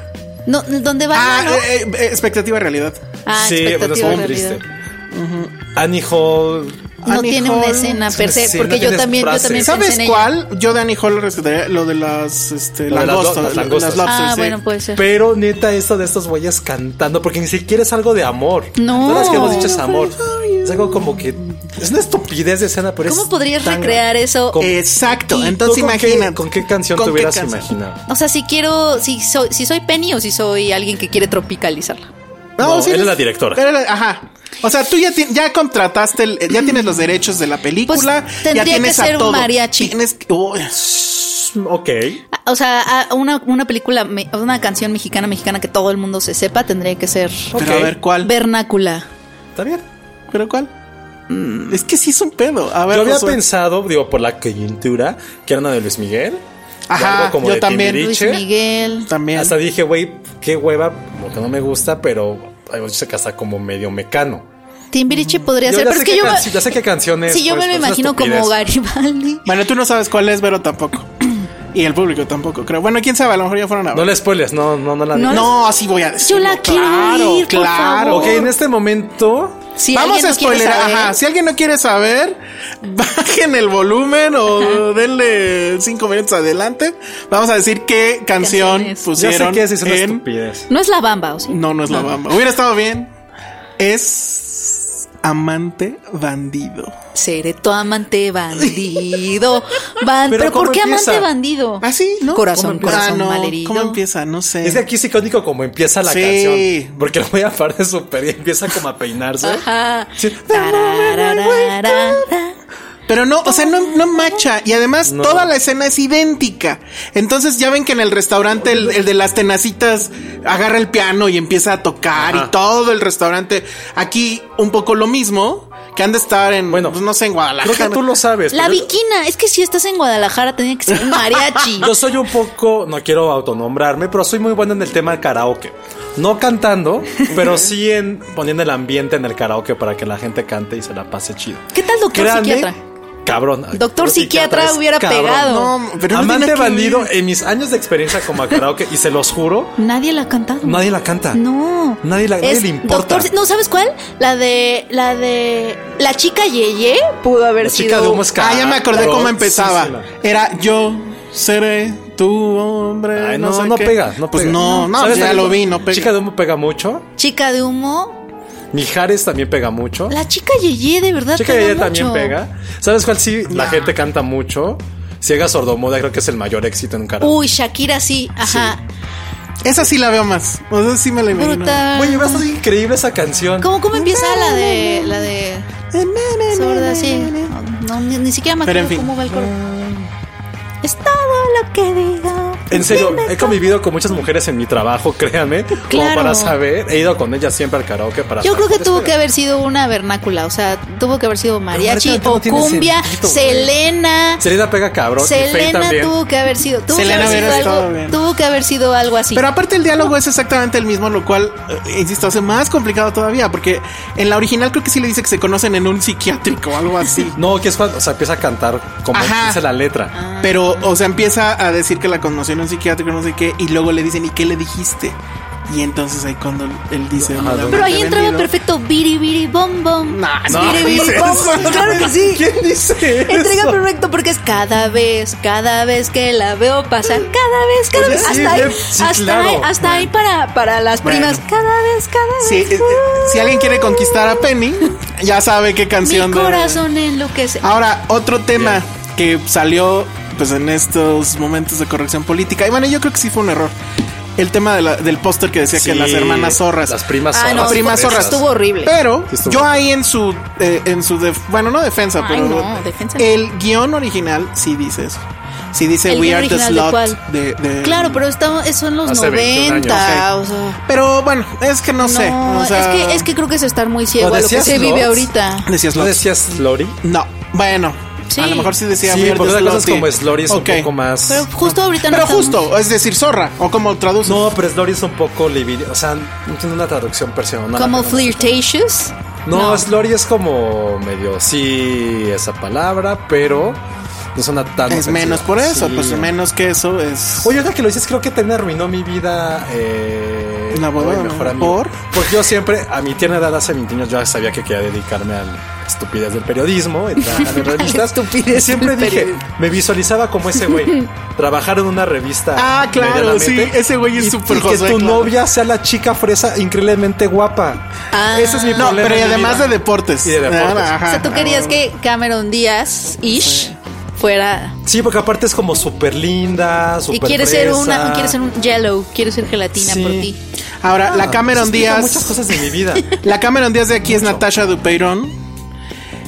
E: No, ¿Dónde va?
F: Ah,
E: ¿no?
F: eh, eh, expectativa realidad.
E: Ah,
D: eh, sí, bueno, es
E: expectativa
D: muy
E: realidad.
D: triste. Annie Hall.
E: No
F: Annie
E: tiene una
F: Hall.
E: escena
D: Es
E: per
D: una
E: se,
D: escena,
E: porque yo
D: tiene
E: también, yo
D: frases.
E: también
F: ¿Sabes
E: pensé en ella.
F: cuál? Yo de Annie Hall rescataría lo de las este,
D: Lo de las lo-
F: langostas,
D: las
F: la-
D: langostas.
F: las lobsters,
E: Ah,
F: sí.
E: bueno, puede ser.
D: Pero neta, esto de estos güeyes cantando, porque ni siquiera es algo de amor.
E: No.
D: Todas las que hemos dicho es amor. Es algo como que. Es una estupidez de escena, pero
E: ¿Cómo
D: es
E: podrías
D: tan-
E: recrear eso?
D: ¿Cómo?
F: Exacto,
D: ¿Y
F: entonces
D: tú con qué-
F: imagínate.
D: ¿Con qué canción
F: ¿Con
D: te
F: qué
D: hubieras
F: canción?
D: imaginado?
E: O sea, si quiero, si soy, si soy Penny o si soy alguien que quiere tropicalizarla.
D: No, él es la directora.
F: él era- ajá. O sea, tú ya, ti- ya contrataste, el- ya tienes los derechos de la película.
E: Pues
F: ya
E: tendría que
F: tienes a
E: ser un
F: todo.
E: mariachi.
F: Tienes que- uy,
D: Ok.
E: Ah, O sea, ah, una, una película, me- una canción mexicana, mexicana que todo el mundo se sepa, tendría que ser
F: pero
D: Ok.
F: a ver cuál.
E: vernácula.
D: Está bien.
F: ¿Pero cuál? Es que sí es un pedo. A ver,
D: Mm. Yo había
F: Josué.
D: pensado, digo, por la coyuntura, que era una de Luis Miguel. o
F: Ajá,
D: algo como
F: yo
D: de
F: también,
D: Timbiriche.
E: Luis Miguel.
F: También.
D: Hasta dije, güey, qué hueva, como que no me gusta, pero habíamos dicho que hasta como medio mecano.
E: Timbiriche podría
D: Mm. ya
E: ser, pero
D: sé
E: es que
D: qué
E: yo.
D: can- ya sé pues, qué canciones.
E: Si yo me lo imagino como Garibaldi.
F: Bueno, tú no sabes cuál es, pero tampoco. Y el público tampoco, creo. Bueno, quién sabe, a lo mejor ya fueron a
D: No le spoiles, no, no, no la
E: No
D: digas.
F: No, así voy a decir.
E: Yo la quiero
F: claro,
E: oír, por
F: claro.
E: favor.
D: Ok, en este momento.
E: Si
F: Vamos
E: alguien
F: a
E: no quiere
F: spoiler,
E: saber-
F: ajá. Si alguien no quiere saber, bajen el volumen o denle cinco minutos adelante. Vamos a decir qué canción
E: Canciones.
D: Ya sé
F: pusieron
D: qué es, es una
F: en...
D: estupidez.
E: No es la bamba, ¿o sí?
F: No, no es la bamba. Hubiera estado bien. Es amante bandido.
E: Seré tu amante bandido. Ban-
D: Pero
E: Pero,
D: ¿cómo
E: ¿por qué
D: empieza?
E: amante bandido?
F: ¿Ah, sí? ¿No?
E: Corazón,
F: ¿Cómo empieza?
E: corazón
F: Ah, no.
E: malherido.
F: ¿Cómo empieza? No sé.
D: Es de aquí es icónico como empieza la
F: Sí.
D: canción. Porque lo voy a parar de super y empieza como a peinarse.
E: Ajá.
D: Sí.
E: Ah, Tarararara.
F: Pero no, o sea, no, no macha. Y además toda la escena es idéntica. Entonces ya ven que en el restaurante el, el de las tenacitas agarra el piano y empieza a tocar
D: Ajá.
F: y todo el restaurante. Aquí un poco lo mismo que han de estar en,
D: Bueno,
F: bueno, no sé, en Guadalajara.
D: Creo que tú lo sabes.
E: La
D: pero yo-
E: viquina. Es que si estás en Guadalajara, tenía que ser un mariachi.
D: Yo soy un poco, no quiero autonombrarme, pero soy muy bueno en el tema karaoke. No cantando, pero sí en poniendo el ambiente en el karaoke para que la gente cante y se la pase chido.
E: ¿Qué tal, doctor
D: Créanme,
E: psiquiatra?
D: Cabrón. Ay,
E: Doctor psiquiatra
D: es
E: hubiera pegado.
F: No, pero no
D: Amante
F: tiene que
D: bandido,
F: ver.
D: en mis años de experiencia como karaoke, y se los juro,
E: Nadie la ha cantado.
D: nadie la canta.
E: No.
D: Nadie la- nadie le importa.
E: Doctor- no, ¿sabes cuál? La de. La de. La chica Yeye pudo haber
D: La
E: sido.
D: chica de humo es
F: Ah, ya me acordé cómo empezaba.
D: cabrosísima.
F: Era yo seré tu hombre.
D: Ay,
F: no,
D: no, no,
F: sé qué.
D: pega, no
F: Pues
D: pega.
F: no, no,
D: ¿Sabes
F: ya
D: también
F: lo vi, no
D: cómo-
F: pega.
D: Chica de humo pega mucho.
E: Chica de humo.
D: Mijares también pega mucho.
E: La chica Yeye, de verdad.
D: Chica
E: pega
D: ella
E: mucho.
D: también pega. ¿Sabes cuál sí? La gente canta mucho. Ciega sordomuda creo que es el mayor éxito en un karaoke.
E: Uy, Shakira sí. Ajá.
F: Esa sí la veo más. O sea, sí me la imagino.
E: Brutal.
D: Güey, va a estar increíble esa canción.
E: ¿Cómo, ¿Cómo empieza la de. La de. Sorda, sí. No, ni, ni siquiera me
F: Pero
E: acuerdo
F: en fin.
E: cómo va el coro. Es todo lo que digo.
D: En serio, he convivido con muchas mujeres en mi trabajo, créanme. Como
E: Claro.
D: para saber, he ido con ellas siempre al karaoke para
E: Yo creo que
D: saber.
E: tuvo que haber sido una vernácula, o sea, tuvo que haber sido mariachi
D: Ahorita no
E: o
D: tiene
E: cumbia,
D: sentido, güey.
E: Selena.
D: Selena pega cabrón. y Faye
E: Selena
D: también.
E: tuvo que haber sido, tuvo
F: Selena
E: que haber
F: hubiera
E: sido
F: estado
E: algo,
F: bien.
E: tuvo que haber sido algo así.
F: Pero aparte el diálogo es exactamente el mismo, lo cual, eh, insisto, hace más complicado todavía, porque en la original creo que sí le dice que se conocen en un psiquiátrico o algo así.
D: No, que es cuando, o sea, empieza a cantar como
F: Ajá.
D: dice la
E: Ah.
D: letra.
F: Pero, o sea, empieza a decir que la conoció en un psiquiátrico, no sé qué, y luego le dicen, ¿y qué le dijiste? Y entonces ahí cuando él dice...
D: Ajá,
F: "Amante
E: Pero ahí entraba
F: vendido".
E: perfecto biri biri bom bom.
F: Nah,
E: Biri,
F: no,
E: biri,
F: dice
E: bom,
F: eso.
E: bom. Claro que sí.
D: ¿Quién dice
E: Entrega
D: eso?
E: perfecto porque es cada vez, cada vez que la veo pasar, cada vez, cada
D: Oye,
E: vez,
F: eh,
D: sí,
E: hasta ahí,
D: bien, sí,
E: hasta
D: claro.
E: ahí, hasta ahí para, para las
F: Bueno.
E: primas, cada vez, cada vez.
F: Sí, eh, eh, si alguien quiere conquistar a Penny, ya sabe qué canción...
E: uh, mi
F: debe-
E: corazón enloquece.
F: Ahora, otro tema que salió pues en estos momentos de corrección política. Y bueno, yo creo que sí fue un error. El tema de la- del póster que decía
D: Sí,
F: que las hermanas zorras.
D: Las primas
E: Ah,
D: zorras.
E: no,
F: primas
D: esas.
F: zorras. Eh.
E: estuvo horrible.
F: Pero
D: Sí estuvo.
F: yo ahí en su eh, en su def- bueno, no
E: Ay,
F: defensa, pero
E: no, defensa no.
F: el guión original sí dice eso. Sí dice
E: ¿El
F: We
E: guión
F: are the
E: original de
F: slot
E: cuál?
F: de, de-
E: Claro, pero estamos, eso en los
D: Hace 21 años,
E: 90, o sea,
F: Pero bueno, es que no, sé.
E: no,
F: o sea,
E: es que es que creo que es estar muy ciego
D: ¿Lo
E: a lo que
D: decías
E: se vive
D: Lords?
E: ahorita.
F: decías
D: ¿No
F: slot.
D: decías Lori?
F: No, bueno,
E: Sí.
F: a lo mejor sí decía
D: Sí,
F: We are
D: porque
F: the
D: otra cosa
F: slot
D: es
F: y-
D: como Slori es
F: Ok.
D: un poco más.
E: Pero justo ahorita no
F: Pero
E: estamos.
F: justo, es decir, zorra o como traduce.
D: No, pero Slori es un poco libido. O sea, no tiene una traducción personal.
E: como
D: Pero-
E: flirtatious.
D: No,
E: No.
D: Slori es como medio. Sí, esa palabra, pero no suena tan.
F: Es
D: ofensiva.
F: menos por eso,
D: Sí.
F: pues menos que eso es.
D: Oye, ahora que lo dices, creo que también arruinó mi vida. Eh,
F: La boda,
D: con mi
F: ¿no?
D: mejor amigo.
F: ¿Por?
D: Porque yo siempre, a mi tierna edad, hace 20 años, yo ya sabía que quería dedicarme a la estupidez del periodismo. y trabajar en revistas.
E: estupidez
D: Y siempre
E: del
D: dije,
E: periodismo.
D: me visualizaba como ese güey. trabajar en una revista.
F: Ah, claro, sí,
D: medianamente,
F: ese güey es
D: y-
F: súper
D: y Que
F: José,
D: tu
F: claro.
D: novia sea la chica fresa increíblemente guapa.
E: Ah.
D: Ese es mi
F: no,
D: problema.
F: pero y
D: en mi
F: además
D: vida.
F: de deportes.
D: Y de deportes.
F: Ah,
E: O sea, tú querías que Cameron Díaz ish fuera
D: Sí, porque aparte es como súper linda, súper
E: y quiere ser una
D: fresa.
E: quiere ser un yellow, quiere ser gelatina
D: Sí.
E: por ti.
F: Ahora, la
D: Se
F: Cameron
D: explica
F: Díaz.
D: Muchas cosas de mi vida.
F: La Cameron Díaz de aquí es Natasha Dupeyron.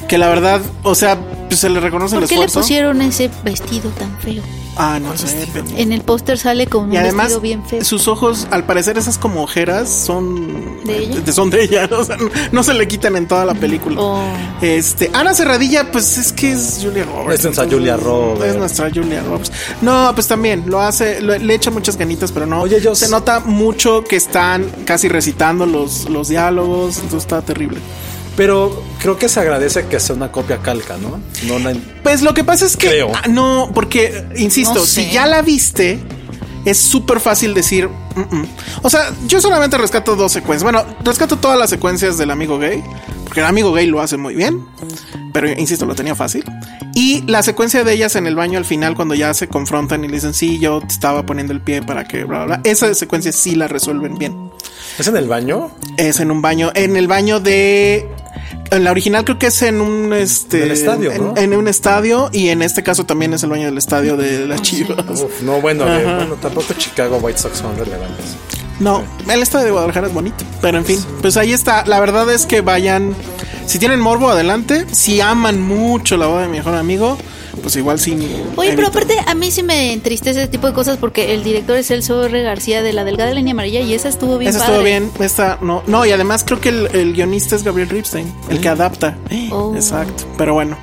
F: Que la verdad, o sea, pues, Pues se le reconoce el
E: ¿Por qué le
F: esfuerzo.
E: pusieron ese vestido tan feo?
F: Ah, no sé. pero-
E: En el póster sale con un
F: Y además,
E: vestido bien feo.
F: sus ojos, al parecer esas como ojeras son eh,
E: ¿De ella?
F: son de ella, o sea, no se le quitan en toda la película.
E: Oh.
F: Este, Ana Cerradilla, pues es que es Julia Roberts.
D: Es nuestra Julia Roberts.
F: Es nuestra Julia Roberts. No, pues también lo hace, lo- le echa muchas ganitas, pero no.
D: Oye, yo
F: se
D: s-
F: nota mucho que están casi recitando los, los diálogos, entonces está terrible.
D: Pero creo que se agradece que sea una copia calca, ¿no? No una-
F: Pues lo que pasa es que
D: Creo.
F: ah, no, porque insisto,
E: No sé.
F: si ya la viste, es súper fácil decir. "Mm, mm". O sea, yo solamente rescato dos secuencias. Bueno, rescato todas las secuencias del amigo gay, porque el amigo gay lo hace muy bien, pero insisto, lo tenía fácil. Y la secuencia de ellas en el baño al final, cuando ya se confrontan y le dicen, sí, yo te estaba poniendo el pie para que bla, bla, bla. Esa secuencia sí la resuelven bien.
D: ¿Es en el baño?
F: Es en un baño, en el baño de. En la original creo que es en un este.
D: En el estadio,
F: en,
D: ¿no?
F: en un estadio. Y en este caso también es el baño del estadio de
E: Ah,
F: las Chivas.
D: Uf, no, bueno, de- bueno, tampoco Chicago White Sox son relevantes.
F: No, el estadio de Guadalajara es bonito. Pero en fin, pues ahí está. La verdad es que vayan. Si tienen morbo, adelante. Si aman mucho la boda de mi mejor amigo, pues igual sí.
E: Oye,
F: eviten.
E: pero aparte a mí sí me entristece ese tipo de cosas porque el director es Celso R. García de La Delgada Línea Amarilla y esa estuvo bien
F: Esa
E: padre.
F: estuvo bien, esta no. No, y además creo que el, el guionista es Gabriel Ripstein, el
D: Mm.
F: que adapta.
E: Oh.
F: Exacto. Pero bueno,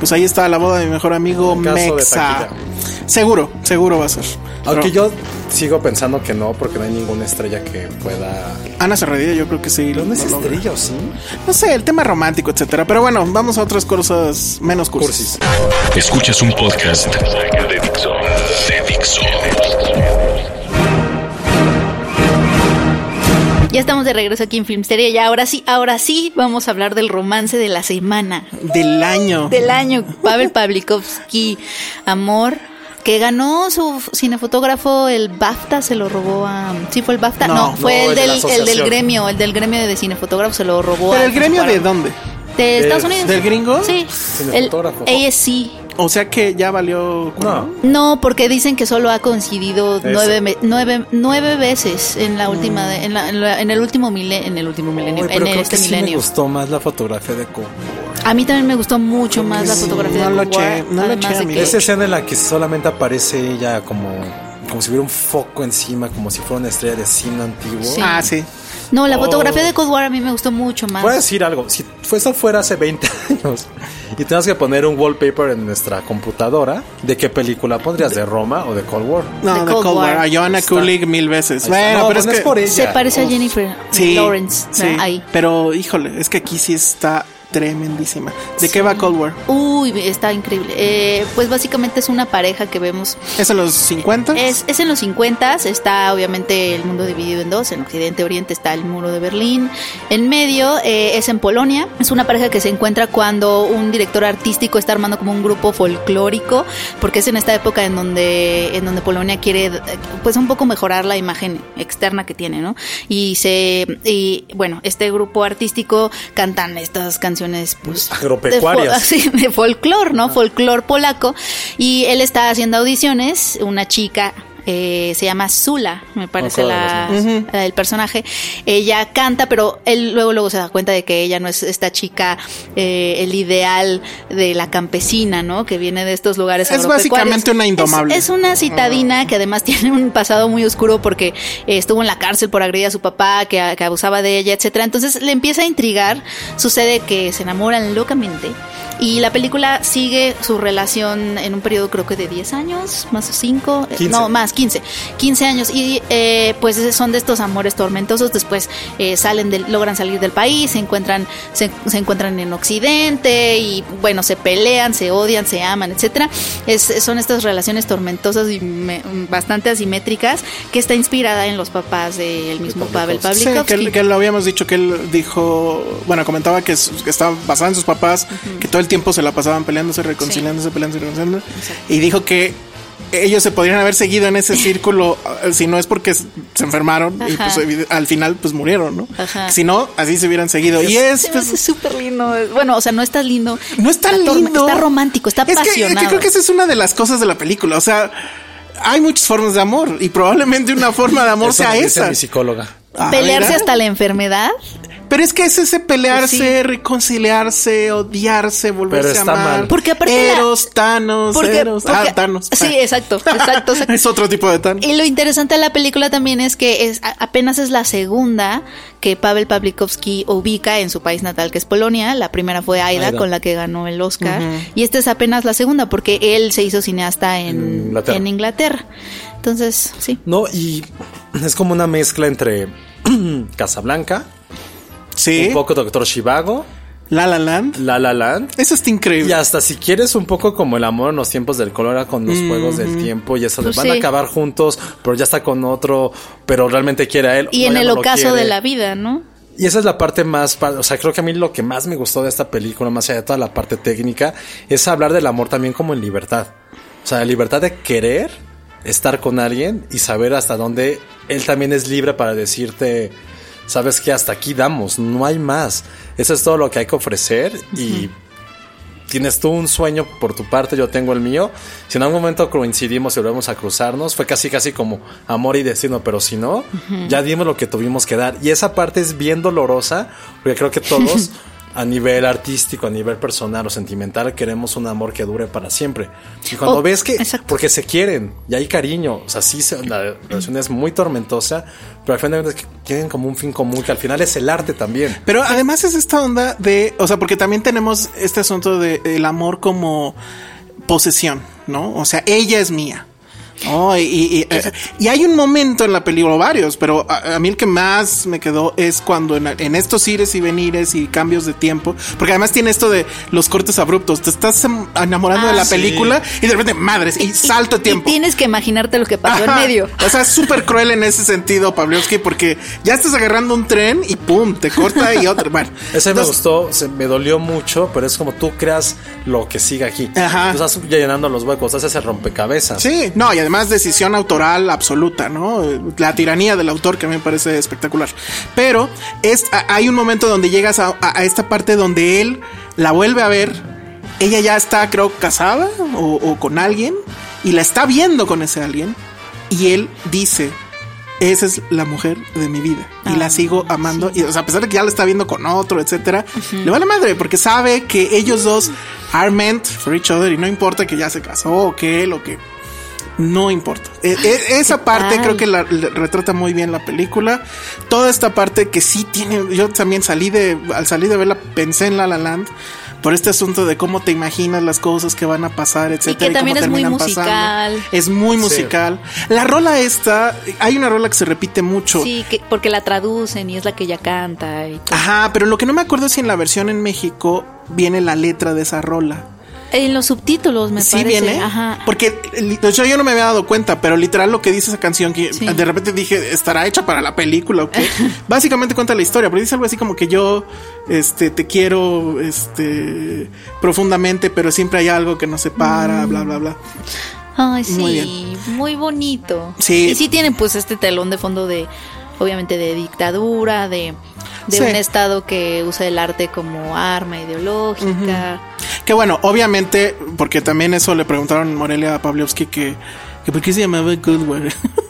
F: pues ahí está la boda de mi mejor amigo
D: El caso de
F: Mexa.
D: taquilla.
F: Seguro, seguro va a ser.
D: Aunque
F: Pero
D: yo sigo pensando que no, porque no hay ninguna estrella que pueda.
F: Ana Serradilla, yo creo que sí.
D: ¿Pero no es
F: lo logra.
D: estrella o sí?
F: No sé, el tema romántico, etcétera. Pero bueno, vamos a otras cosas menos
D: Cursis.
F: cursis.
B: Escuchas un podcast de Dixo. De Dixo.
E: Ya estamos de regreso aquí en Filmsteria y ahora sí, ahora sí vamos a hablar del romance de la semana,
F: Del año.
E: del año. Pavel Pavlikovsky, Amor, que ganó su f- cinefotógrafo el BAFTA, se lo robó a... ¿Sí fue el BAFTA?
F: No,
E: No, fue
D: no,
E: el,
D: el de la
E: del, el del
D: asociación.
E: gremio, el del gremio de cinefotógrafos se lo robó
F: ¿Pero
E: a-
F: el gremio de dónde?
E: De Estados Unidos.
F: ¿Del gringo?
E: Sí. El
D: Cinefotógrafo.
E: ASC,
F: O sea que ya valió.
D: No.
E: No, porque dicen que solo ha coincidido
D: Ese.
E: nueve, me- nueve, nueve veces en la última, de- en, la- en la- en el último milenio, en el último milenio,
D: Uy,
E: en
D: pero creo
E: este
D: que sí me
E: milenio.
D: gustó más la fotografía de Cobo.
E: a mí también me gustó mucho más la
F: sí,
E: fotografía
F: no
E: de
F: lo
E: Cold War,
F: che- no lo
E: además
F: che,
E: de
F: amigo.
E: que-
D: Esa escena en la que solamente aparece ella como, como si hubiera un foco encima, como si fuera una estrella de cine antiguo.
E: Sí.
F: Ah, sí.
E: no, la
D: Oh. Pues,
E: fotografía de Cold War a mí me gustó mucho más.
D: Voy a decir algo, si fue- eso fuera hace 20 años y tengas que poner un wallpaper en nuestra computadora, ¿de qué película pondrías? ¿De Roma o de Cold War?
F: No,
E: The
F: de
E: Cold
F: Cold War.
E: War.
F: A Joanna
D: Está.
F: Kulig mil veces.
D: Ahí está.
F: Pues Bueno,
D: No,
F: pero
D: bueno,
F: es
D: es
F: que.
D: por
E: Se
D: ella.
E: parece a
D: Uf.
E: Jennifer
F: Sí,
E: Lawrence
F: sí.
E: ¿no? ahí.
F: Pero híjole, es que aquí sí está tremendísima. ¿De qué va Cold War?
E: Uy, está increíble. Eh, pues básicamente es una pareja que vemos
F: ¿Es en los 50?
E: Es, es en los 50, está obviamente el mundo dividido en dos, en Occidente, Oriente está el muro de Berlín, en medio eh, es en Polonia, es una pareja que se encuentra cuando un director artístico está armando como un grupo folclórico, porque es en esta época en donde, en donde Polonia quiere eh, pues un poco mejorar la imagen externa que tiene, ¿no? Y se, y bueno, este grupo artístico cantan estas canciones pues
D: Agropecuarias.
E: de fo- sí, de folclore, ¿no? Folclore polaco. Y él está haciendo audiciones, una chica. eh, se llama Zula, me parece
D: Me acuerdo
E: la,
D: de los
E: la- el personaje. Ella canta, pero él luego luego se da cuenta de que ella no es esta chica, eh, el ideal de la campesina, ¿no? Que viene de estos lugares.
F: Es
E: agropecuarios.
F: básicamente una indomable.
E: Es, es una citadina que además tiene un pasado muy oscuro porque eh, estuvo en la cárcel por agredir a su papá, que, que abusaba de ella, etcétera. Entonces le empieza a intrigar. Sucede que se enamoran locamente. Y la película sigue su relación en un periodo creo que de 10 años, más o 5,
D: 15.
E: no, más 15, 15 años. Y eh, pues son de estos amores tormentosos, después eh, salen del, logran salir del país, se encuentran, se, se encuentran en Occidente y bueno, se pelean, se odian, se aman, etcétera Es, son estas relaciones tormentosas y me- bastante asimétricas que está inspirada en los papás del mismo Pavel
F: Sí,
E: Pavlikovsky.
F: que, que lo habíamos dicho que él dijo, bueno, comentaba que, su- que estaba basada en sus papás, que todo el tiempo se la pasaban peleándose, reconciliándose, peleándose, reconciliándose. Y dijo que ellos se podrían haber seguido en ese círculo eh, si no es porque s- se enfermaron y
E: Ajá.
F: pues, evi- al final pues murieron, ¿no?
E: Ajá.
F: Si no, así se hubieran seguido. Y es...
E: Se me
F: pues,
E: hace súper lindo. Bueno, o sea, no está lindo.
F: No es tan
E: está torme-
F: lindo.
E: Está romántico, está
F: es que, es que
E: apasionado.
F: creo que esa es una de las cosas de la película. O sea, hay muchas formas de amor y probablemente una forma de amor
D: Eso
F: sea
D: me dice
F: esa.
D: mi psicóloga.
F: Ah,
E: Pelearse
F: mira.
E: hasta la enfermedad.
F: Pero es que es ese pelearse,
E: Pues sí.
F: reconciliarse, odiarse, volverse
D: Pero
F: a
D: está
F: amar.
D: mal.
E: Porque aparte la-
F: Eros, Thanos,
E: Porque-
F: Eros.
E: porque-
F: ah, Thanos.
E: Sí,
F: Ah.
E: exacto, exacto, exacto.
F: es otro tipo de Thanos.
E: Y lo interesante de la película también es que es, a- apenas es la segunda que Pavel Pavlikovsky ubica en su país natal, que es Polonia. La primera fue Aida,
D: Aida.
E: con la que ganó el Oscar. Y esta es apenas la segunda, porque él se hizo cineasta en
D: En Inglaterra.
E: Inglaterra. En Inglaterra. Entonces, sí.
D: No, y es como una mezcla entre Casablanca,
F: Sí.
D: un poco Doctor Chivago,
F: La La Land.
D: La La Land.
F: Eso está increíble.
D: Y hasta si quieres un poco como el amor en los tiempos del color con los juegos
F: Mm.
D: del tiempo y eso de
E: Pues
D: van a
E: sí.
D: acabar juntos, pero ya está con otro, pero realmente quiere a él.
E: Y
D: no,
E: en
D: ya
E: el
D: no lo
E: ocaso
D: quiere.
E: de la vida, ¿no?
D: Y esa es la parte más, pa- o sea, creo que a mí lo que más me gustó de esta película, más allá de toda la parte técnica, es hablar del amor también como en libertad. O sea, la libertad de querer estar con alguien y saber hasta dónde él también es libre para decirte, sabes que hasta aquí damos, no hay más. Eso es todo lo que hay que ofrecer y tienes tú un sueño por tu parte, yo tengo el mío. Si en algún momento coincidimos y volvemos a cruzarnos, fue casi casi como amor y destino, pero si no, ya dimos lo que tuvimos que dar. Y esa parte es bien dolorosa, porque creo que todos, a nivel artístico, a nivel personal o sentimental, queremos un amor que dure para siempre. Y cuando
E: Oh,
D: ves que,
E: exacto.
D: porque se quieren y hay cariño, o sea, sí, se- la relación es muy tormentosa, pero al final es que tienen como un fin común, que al final es el arte también.
F: Pero además es esta onda de, o sea, porque también tenemos este asunto de el amor como posesión, ¿no? O sea, ella es mía. ¿no? Y, y- y, eh, y hay un momento en la película, varios, pero a, a mí el que más me quedó es cuando en, en estos ires y venires y cambios de tiempo, porque además tiene esto de los cortes abruptos, te estás em, enamorando
E: Ah.
F: de la
E: Sí.
F: película y de repente, madres, y, salto de tiempo.
E: Y tienes que imaginarte lo que pasó en
F: Ajá.
E: medio.
F: O sea, es súper cruel en ese sentido, Pavlovsky, porque ya estás agarrando un tren y pum, te corta y otro. Bueno,
D: Ese me
F: Entonces,
D: gustó, se, me dolió mucho, pero es como tú creas lo que sigue aquí.
F: Ajá.
D: Tú estás ya llenando los huecos, haces el rompecabezas.
F: Sí, no, y además decisión autoral absoluta, ¿no? Eh, La tiranía del autor que a mí me parece espectacular. Pero es, a- hay un momento donde llegas a, a- a esta parte donde él la vuelve a ver. Ella ya está, creo, casada o, o con alguien y la está viendo con ese alguien. Y él dice: Esa es la mujer de mi vida y la sigo amando. Y, o sea, a pesar de que ya la está viendo con otro, etcétera, le vale madre porque sabe que ellos dos are meant for each other y no importa que ya se casó o que él o que no importa. E- e- esa parte
E: tal?
F: creo que la, la retrata muy bien la película. Toda esta parte que sí tiene. Yo también salí de. Al salir de verla, pensé en La La Land. Por este asunto de cómo te imaginas las cosas que van a pasar, etcétera. cómo
E: también es muy
F: terminan pasando.
E: musical.
F: Es muy musical. La rola esta. Hay una rola que se repite mucho.
E: Sí, que- porque la traducen y es la que ella canta. Y todo.
F: Ajá, pero lo que no me acuerdo es si en la versión en México viene la letra de esa rola.
E: En los subtítulos, me
F: sí
E: parece.
F: viene.
E: Ajá.
F: Porque li- yo, yo no me había dado cuenta, pero literal lo que dice esa canción, que
E: Sí.
F: de repente dije, ¿estará hecha para la película o qué? Básicamente cuenta la historia, pero dice algo así como que yo este, te quiero este, profundamente, pero siempre hay algo que nos
E: Mm.
F: separa, bla, bla, bla.
E: Ay, sí,
F: Muy
E: muy, bonito.
F: Sí.
E: Y sí tienen pues este telón de fondo de, obviamente, de dictadura, de, de
F: Sí.
E: un Estado que usa el arte como arma ideológica.
F: Que bueno, obviamente, porque también eso le preguntaron en Morelia a Pavlovsky que, que por qué se llamaba Goodware.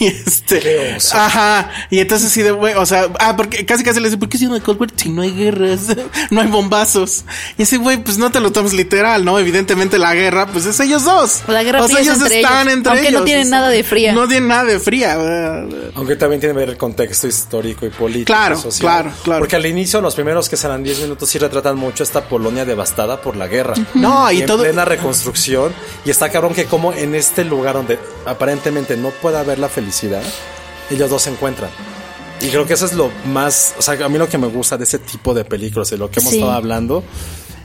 F: y este, ajá, y entonces sí de güey, o sea, ah, porque casi casi le dice, ¿por qué se llama Goldware si no hay guerras, no hay bombazos? Y ese güey, pues no te lo tomas literal, ¿no? Evidentemente la guerra, pues es ellos dos.
E: La guerra
F: o sea,
E: fría es
F: ellos
E: entre
F: están
E: ellos,
F: entre
E: aunque no
F: ellos.
E: tienen nada de fría.
F: No tienen nada de fría. eh,
D: Aunque también tiene que ver el contexto histórico y político.
F: Claro,
D: social.
F: claro, claro.
D: Porque al inicio, los primeros que serán 10 minutos, sí retratan mucho esta Polonia devastada por la guerra.
F: No, y
D: en
F: todo-
D: plena reconstrucción. Y está cabrón que, como en este lugar donde aparentemente no puede haber la felicidad, ellos dos se encuentran. Y creo que eso es lo más. O sea, a mí lo que me gusta de este tipo de películas, de lo que hemos
E: Sí.
D: estado hablando,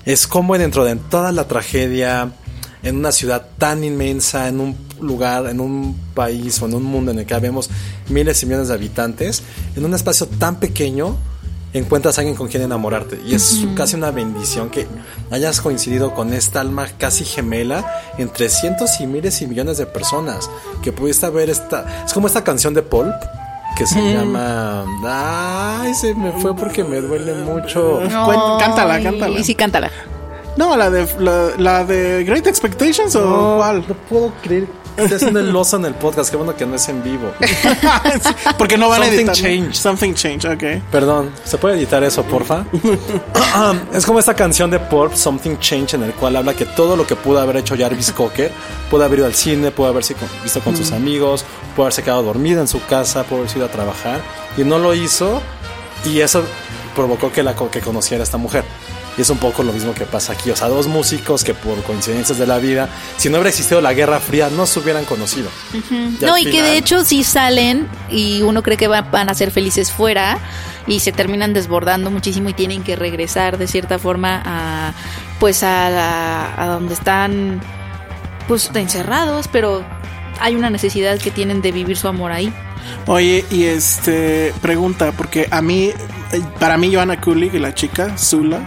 D: es como dentro de toda la tragedia, en una ciudad tan inmensa, en un lugar, en un país o en un mundo en el que habemos miles y millones de habitantes, en un espacio tan pequeño, encuentras a alguien con quien enamorarte. Y es casi una bendición que hayas coincidido con esta alma casi gemela entre cientos y miles y millones de personas que pudiste ver esta... Es como esta canción de Paul que se llama... Ay, se me fue porque me duele mucho.
F: Cuen- cántala,
E: Ay,
F: cántala.
E: Sí, cántala.
F: No, la de, la, la de Great Expectations o cuál?
D: puedo creer Estoy haciendo el oso en el podcast. Qué bueno que no es en vivo.
F: Porque no van a
D: Something
F: editar.
D: changed.
F: Something change, ok.
D: Perdón, ¿se puede editar eso, porfa? es como esta canción de Pop, Something Change, en el cual habla que todo lo que pudo haber hecho Jarvis Cocker, pudo haber ido al cine, pudo haberse con- visto con sus amigos, pudo haberse quedado dormido en su casa, pudo haberse ido a trabajar, y no lo hizo, y eso provocó que, la, co- que conociera a esta mujer. Y es un poco lo mismo que pasa aquí. O sea, dos músicos que por coincidencias de la vida, si no hubiera existido la Guerra Fría, no se hubieran conocido. al
E: No, y que
D: final-
E: de hecho sí salen y uno cree que va- van a ser felices fuera y se terminan desbordando muchísimo y tienen que regresar de cierta forma a pues a, la- a donde están pues encerrados, pero hay una necesidad que tienen de vivir su amor ahí.
F: Oye, y este pregunta, porque a mí, eh, para mí, Joanna Kulig, la chica, Zula,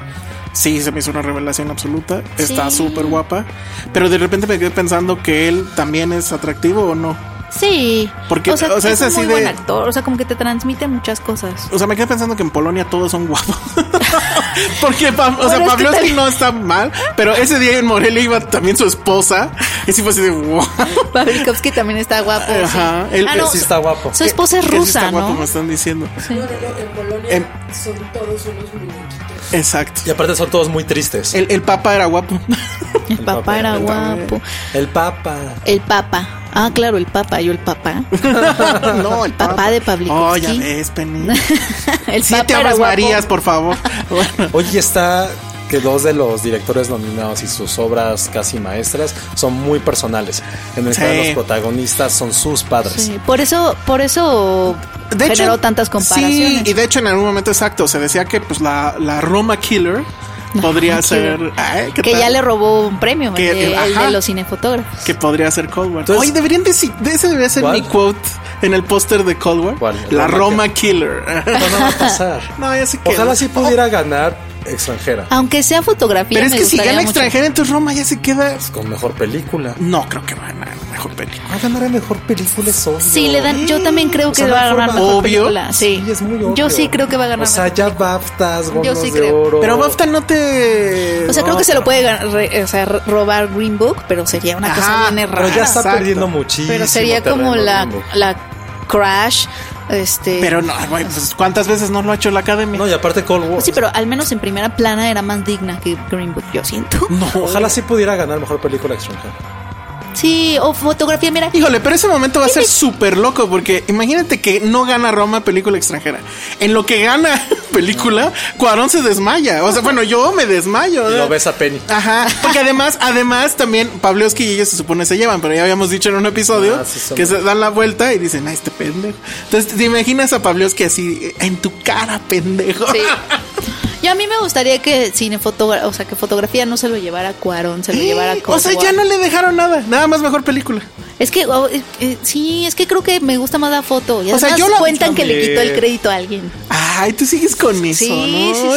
F: sí se me hizo una revelación absoluta. Está
E: Sí.
F: súper guapa. Pero de repente me quedé pensando que él también es atractivo o no.
E: Sí,
F: Porque, o sea, es
E: un
F: así
E: muy
F: de-
E: buen actor, o sea, como que te transmite muchas cosas.
F: O sea, me quedé pensando que en Polonia todos son guapos. Porque, Pam- o
E: Bueno, es
F: sea,
E: que
F: Pavlovsky
E: también-
F: no está mal, pero ese día en Morelia iba también su esposa. Y sí fue así de wow.
E: Pavlikovsky también está guapo. sí.
F: Ajá, él- eh,
E: Ah,
F: él
E: no,
D: Sí está guapo.
E: Su esposa es
F: Que sí
E: rusa,
F: está guapo,
E: ¿no?
F: me están diciendo. Em,
G: Son todos unos muñequitos.
F: exacto.
D: Y aparte son todos muy tristes.
F: El, el papa era guapo.
E: El papá era guapo.
D: El Papa.
E: El Papa. Ah, claro, el Papa, yo el Papa.
F: no, el
E: Papá de Pavlikovsky.
F: Oh, ya ves, Penny.
E: el
F: Siete
E: era
F: aguas
E: guapo.
F: Marías, por favor. Bueno,
D: Hoy está que dos de los directores nominados y sus obras casi maestras son muy personales, en el
F: Sí.
D: cual los protagonistas son sus padres.
E: Sí, por eso, por eso generó tantas comparaciones.
F: Sí, y de hecho en algún momento exacto se decía que pues la, la Roma Killer podría ser ay, ¿qué
E: que
F: tal?
E: ya le robó un premio
F: Que-
E: el de, el
F: ajá.
E: de los cinefotógrafos.
F: que podría ser Cold War.
D: Entonces-
F: Oye, deberían decir, de ese debería ser
D: ¿Cuál?
F: mi quote en el póster de Cold War.
D: ¿Cuál?
F: La
D: Roma
F: Roma Killer.
D: No, no va a pasar.
F: no, ya se quedó.
D: Ojalá sí pudiera ganar extranjera
E: Aunque sea fotografía.
F: Pero es
E: me
F: que si
E: gustaría
F: gana
E: mucho.
F: extranjera, entonces Roma ya se queda.
D: con mejor película.
F: No creo que va a ganar mejor película.
D: Va a ganar a mejor película es obvio.
E: Sí, le dan, yo también creo
D: O sea,
E: que
D: no
E: va a
D: hay
E: ganar
D: forma.
E: mejor
F: Obvio.
E: película. Sí.
D: Sí, es muy obvio.
E: Yo sí creo que va a ganar.
D: O sea,
E: mejor.
D: ya BAFTAs,
E: Yo
D: Yo
E: sí
D: de
E: creo.
D: oro.
F: Pero BAFTA no te.
E: o sea, creo
F: no,
E: que se lo puede gan- re- o sea, ro- robar Green Book, pero sería una
F: Ajá,
E: cosa bien
F: pero
E: errada.
D: Pero ya está
F: Exacto.
D: perdiendo muchísimo.
E: Pero sería como
D: terreno,
E: la,
D: Limbo.
E: la Crash, este...
F: Pero no, güey, pues cuántas veces no lo ha hecho la academia.
D: No, y aparte Cold War.
E: Sí, pero al menos en primera plana era más digna que Green Book, yo siento.
D: Ojalá sí pudiera ganar mejor película extranjera.
E: Sí, o fotografía, mira.
F: Híjole, pero ese momento va a ser súper loco porque imagínate que no gana Roma película extranjera. En lo que gana película, Cuarón se desmaya. O sea, bueno, yo me desmayo.
D: Y
F: ¿no?
D: lo ves a Penny.
F: Ajá, porque además, además también Pavlovsky y ellos se supone se llevan, pero ya habíamos dicho en un episodio
D: Ah, sí, son-
F: que se dan la vuelta y dicen, ah, este pendejo. Entonces, ¿te imaginas a Pavlovsky así eh, en tu cara, pendejo?
E: Sí. Yo a mí me gustaría que cine fotogra- o sea, que fotografía no se lo llevara Cuarón, se lo llevara
F: Eh, o sea, ya
E: Codwell.
F: no le dejaron nada, nada más mejor película.
E: Es que oh, eh, eh, sí, es que creo que me gusta más la foto. Y
F: O sea,
E: además
F: yo la-
E: cuentan que le
D: también.
E: quitó el crédito a alguien.
F: Ay, tú sigues con eso,
E: Sí,
F: ¿no?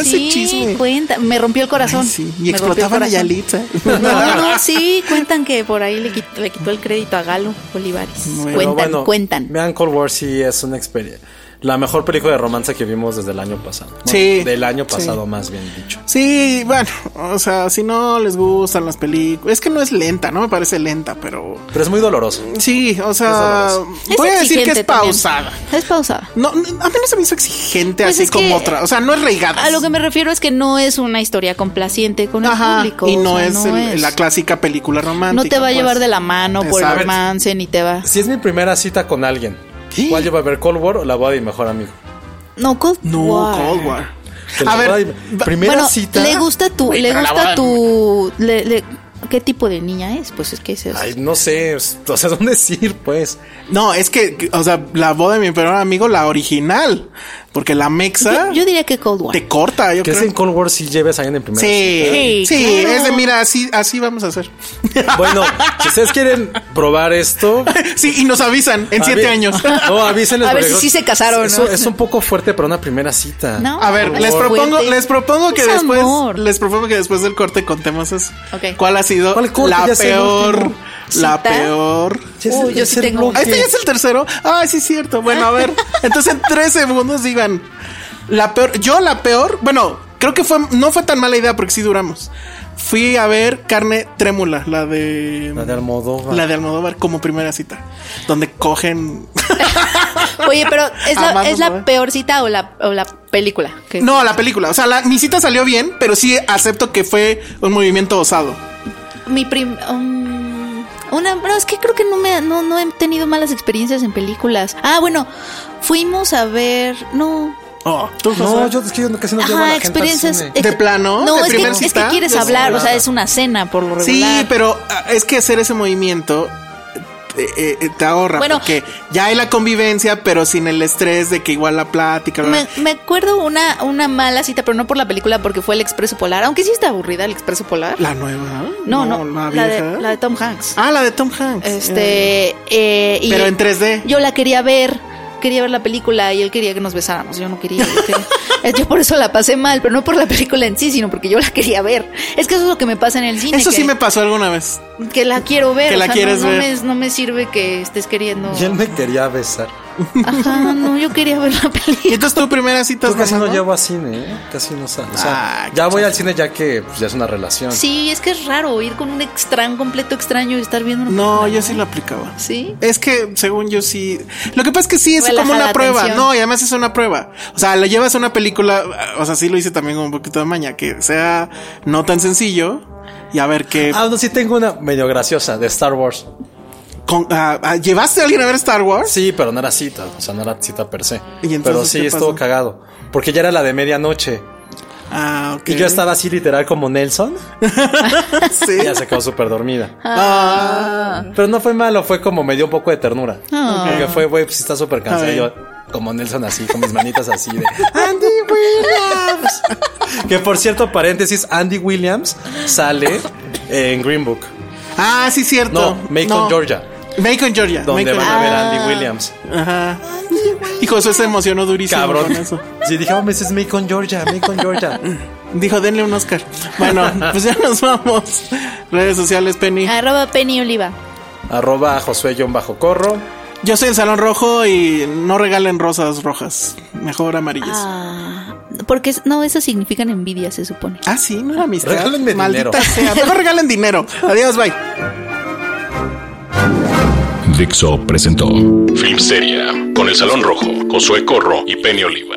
E: sí,
F: Ese
E: sí,
F: chisme.
E: cuenta. Me rompió el corazón.
F: Ay, sí. Y
E: Me rompió el
F: explotaban a
E: corazón.
F: Yalitza.
E: No, no, sí, cuentan que por ahí le quit- le quitó, el crédito a Galo Olivares.
F: Bueno,
D: Pero
E: cuentan,
D: bueno,
E: cuentan.
D: Vean Cold War sí es una experiencia. La mejor película de romance que vimos desde el año pasado. Bueno,
F: Sí.
D: Del año pasado,
F: Sí.
D: más bien dicho.
F: Sí, bueno, o sea, si no les gustan las películas, es que no es lenta, no me parece lenta, pero
D: Pero es muy doloroso.
F: sí, o sea,
E: Es
F: voy a decir que es
E: exigente también.
F: pausada.
E: Es pausada.
F: No, a mí no se me hizo exigente
E: Pues
F: así
E: es que-
F: como otra, o sea, no es reigada.
E: A lo que me refiero es que no es una historia complaciente con el
F: Ajá,
E: público.
F: y
E: o
F: no
E: sea,
F: es, el- la clásica película
E: No
F: romántica.
E: te va a
F: pues.
E: llevar de la mano por el
F: Exacto.
E: romance, ni te va.
D: Si es mi primera cita con alguien,
F: ¿Qué?
D: ¿cuál lleva a ver Cold War o la boda de mi mejor amigo?
E: No, Cold
F: No,
E: War.
F: Cold War.
D: Que la
F: A
D: boda de
F: ver,
D: mi- primera
E: Bueno,
D: cita.
E: le gusta tu,
F: Güey,
E: le
F: pero la boda-
E: gusta tu, le- le- ¿qué tipo de niña es? Pues es que es
D: Ay, no sé. O sea, ¿dónde es ir, pues?
F: no, es que, o sea, la boda de mi peor amigo, la original, porque la mexa
E: yo, yo diría que Cold War.
F: te corta, yo
D: Que es
F: creo.
D: en ¿eh? Cold War si lleves a alguien en primera
F: Sí, sí,
E: Sí, claro.
F: es de mira, así, así vamos a hacer.
D: cita. Bueno, si ustedes quieren probar esto.
F: Sí, y nos avisan en siete
D: avi-
F: años.
D: No, avísenles.
E: A ver
D: porque
E: si sí se casaron,
D: Es,
E: ¿no?
D: es un poco fuerte para una primera cita.
E: No,
F: A ver,
E: es
F: les propongo,
E: fuerte.
F: les propongo que
E: Es
F: después,
E: amor.
F: les propongo que después del corte contemos eso.
E: Ok.
F: ¿Cuál ha sido
D: ¿Cuál corte?
F: la
D: Ya sé el
F: peor,
D: último.
F: la
E: ¿Cita?
F: peor?
D: Ya es
E: Uy,
D: el
E: yo sí
D: tercer
E: tengo
D: bloque.
E: una.
F: Ah, Este ya es el tercero. Ah, sí, es cierto. Bueno, a ver. Entonces en tres segundos digan la peor. Yo la peor. Bueno, creo que fue no fue tan mala idea porque sí duramos. fui a ver Carne Trémula, la de.
D: La de Almodóvar.
F: La de Almodóvar como primera cita. Donde cogen.
E: Oye, pero ¿es la,
F: Jamás
E: es
F: lo sabré.
E: la peor cita o la, o la película? Que-
F: No, la película. O sea, la- mi cita salió bien, pero sí acepto que fue un movimiento osado.
E: Mi prim... um, una, no, es que creo que no, me, no, no he tenido malas experiencias en películas. Ah, bueno, fuimos a ver... No,
F: Oh, tú,
D: No,
F: Josué.
D: yo es que yo casi no llevo a la
E: Ajá,
D: gente al
E: experiencias.
D: cine.
E: ex-
F: ¿De plano?
E: No,
F: ¿De
E: es, que,
F: primer
E: es que
F: cita?
E: quieres
F: De
E: hablar, o
F: sobrada.
E: sea, es una cena por lo regular.
F: Sí, pero ah, es que hacer ese movimiento eh, eh, eh, te ahorra.
E: Bueno.
F: porque ya hay la convivencia, pero sin el estrés de que igual la plática. bla, bla.
E: Me, me acuerdo una, una mala cita, pero no por la película, porque fue el Expreso Polar. Aunque sí está aburrida el Expreso Polar.
F: La nueva.
E: no, no,
F: la
E: la,
F: vieja.
E: de, la de Tom Hanks.
F: Ah, la de Tom Hanks.
E: Este. eh, y
F: Pero en 3D.
E: Yo la quería ver. Quería ver la película y él quería que nos besáramos. Yo no quería. Yo, quería- yo por eso la pasé mal, pero no por la película en sí, sino porque yo la quería ver. Es que eso es lo que me pasa en el cine.
F: Eso
E: que,
F: sí me pasó alguna vez.
E: que la quiero ver.
F: Que
E: o
F: la
E: sea, no-
F: quieres
E: no,
F: ver.
E: me, no me sirve que estés queriendo.
D: Y él me quería besar.
E: Ajá, no, yo quería ver la
F: Y
E: película.
F: entonces tu primera cita
D: Yo
F: es
D: casi no
F: mamá?
D: llevo a cine, ¿eh? Casi no salgo. O sea,
F: Ah,
D: ya voy al cine ya que pues, ya es una relación.
E: Sí, es que es raro ir con un extra, un completo extraño y estar viendo una
F: No,
E: película,
F: yo sí la aplicaba.
E: ¿Sí?
F: Es que según yo sí. Lo que pasa es que sí es
E: Relaja
F: como
E: la
F: una prueba.
E: atención.
F: No, y además es una prueba. O sea, lo llevas a una película. O sea, sí lo hice también con un poquito de maña, que sea no tan sencillo. Y a ver qué.
D: Ah, no, sí tengo una medio graciosa de Star Wars.
F: con- ah, ah, ¿Llevaste a alguien a ver Star Wars?
D: Sí, pero no era cita, o sea, no era cita per se.
F: ¿Y entonces
D: pero sí
F: qué
D: estuvo
F: pasó?
D: cagado. Porque ya era la de medianoche.
F: Ah, ok.
D: Y yo estaba así literal como Nelson.
F: Sí.
D: Y ya se quedó súper dormida.
F: Ah.
D: Pero no fue malo, fue como me dio un poco de ternura. Porque fue, güey, pues está súper cansado.
F: Ay.
D: Y Yo, como Nelson, así, con mis manitas así de Andy Williams. que por cierto, paréntesis, Andy Williams sale en Green Book.
F: Ah, sí,
D: No,
F: cierto.
D: Macon, Georgia.
F: Macon, Georgia.
D: Donde
F: Macon,
D: van a ver a Andy Williams.
F: Ajá. Hijo, eso se emocionó durísimo
D: Cabrón.
F: con eso.
D: Sí, dije, oh, ese es Macon, Georgia, Macon, Georgia.
F: Dijo, denle un Oscar. Bueno, pues ya nos vamos. Redes sociales, Penny.
E: Arroba Penny Oliva.
D: Arroba Josué-Corro.
F: Yo soy el Salón Rojo y no regalen rosas rojas, mejor amarillas. Ah,
E: Ah, porque es- no, esas significan envidia, se supone.
F: Ah, sí, no era amistad.
D: Regálenme
F: Maldita
D: dinero.
F: sea. Mejor regalen dinero. Adiós, bye.
B: Dixo presentó Filmsteria con el Salón Rojo, Josué Corro y Penny Oliva.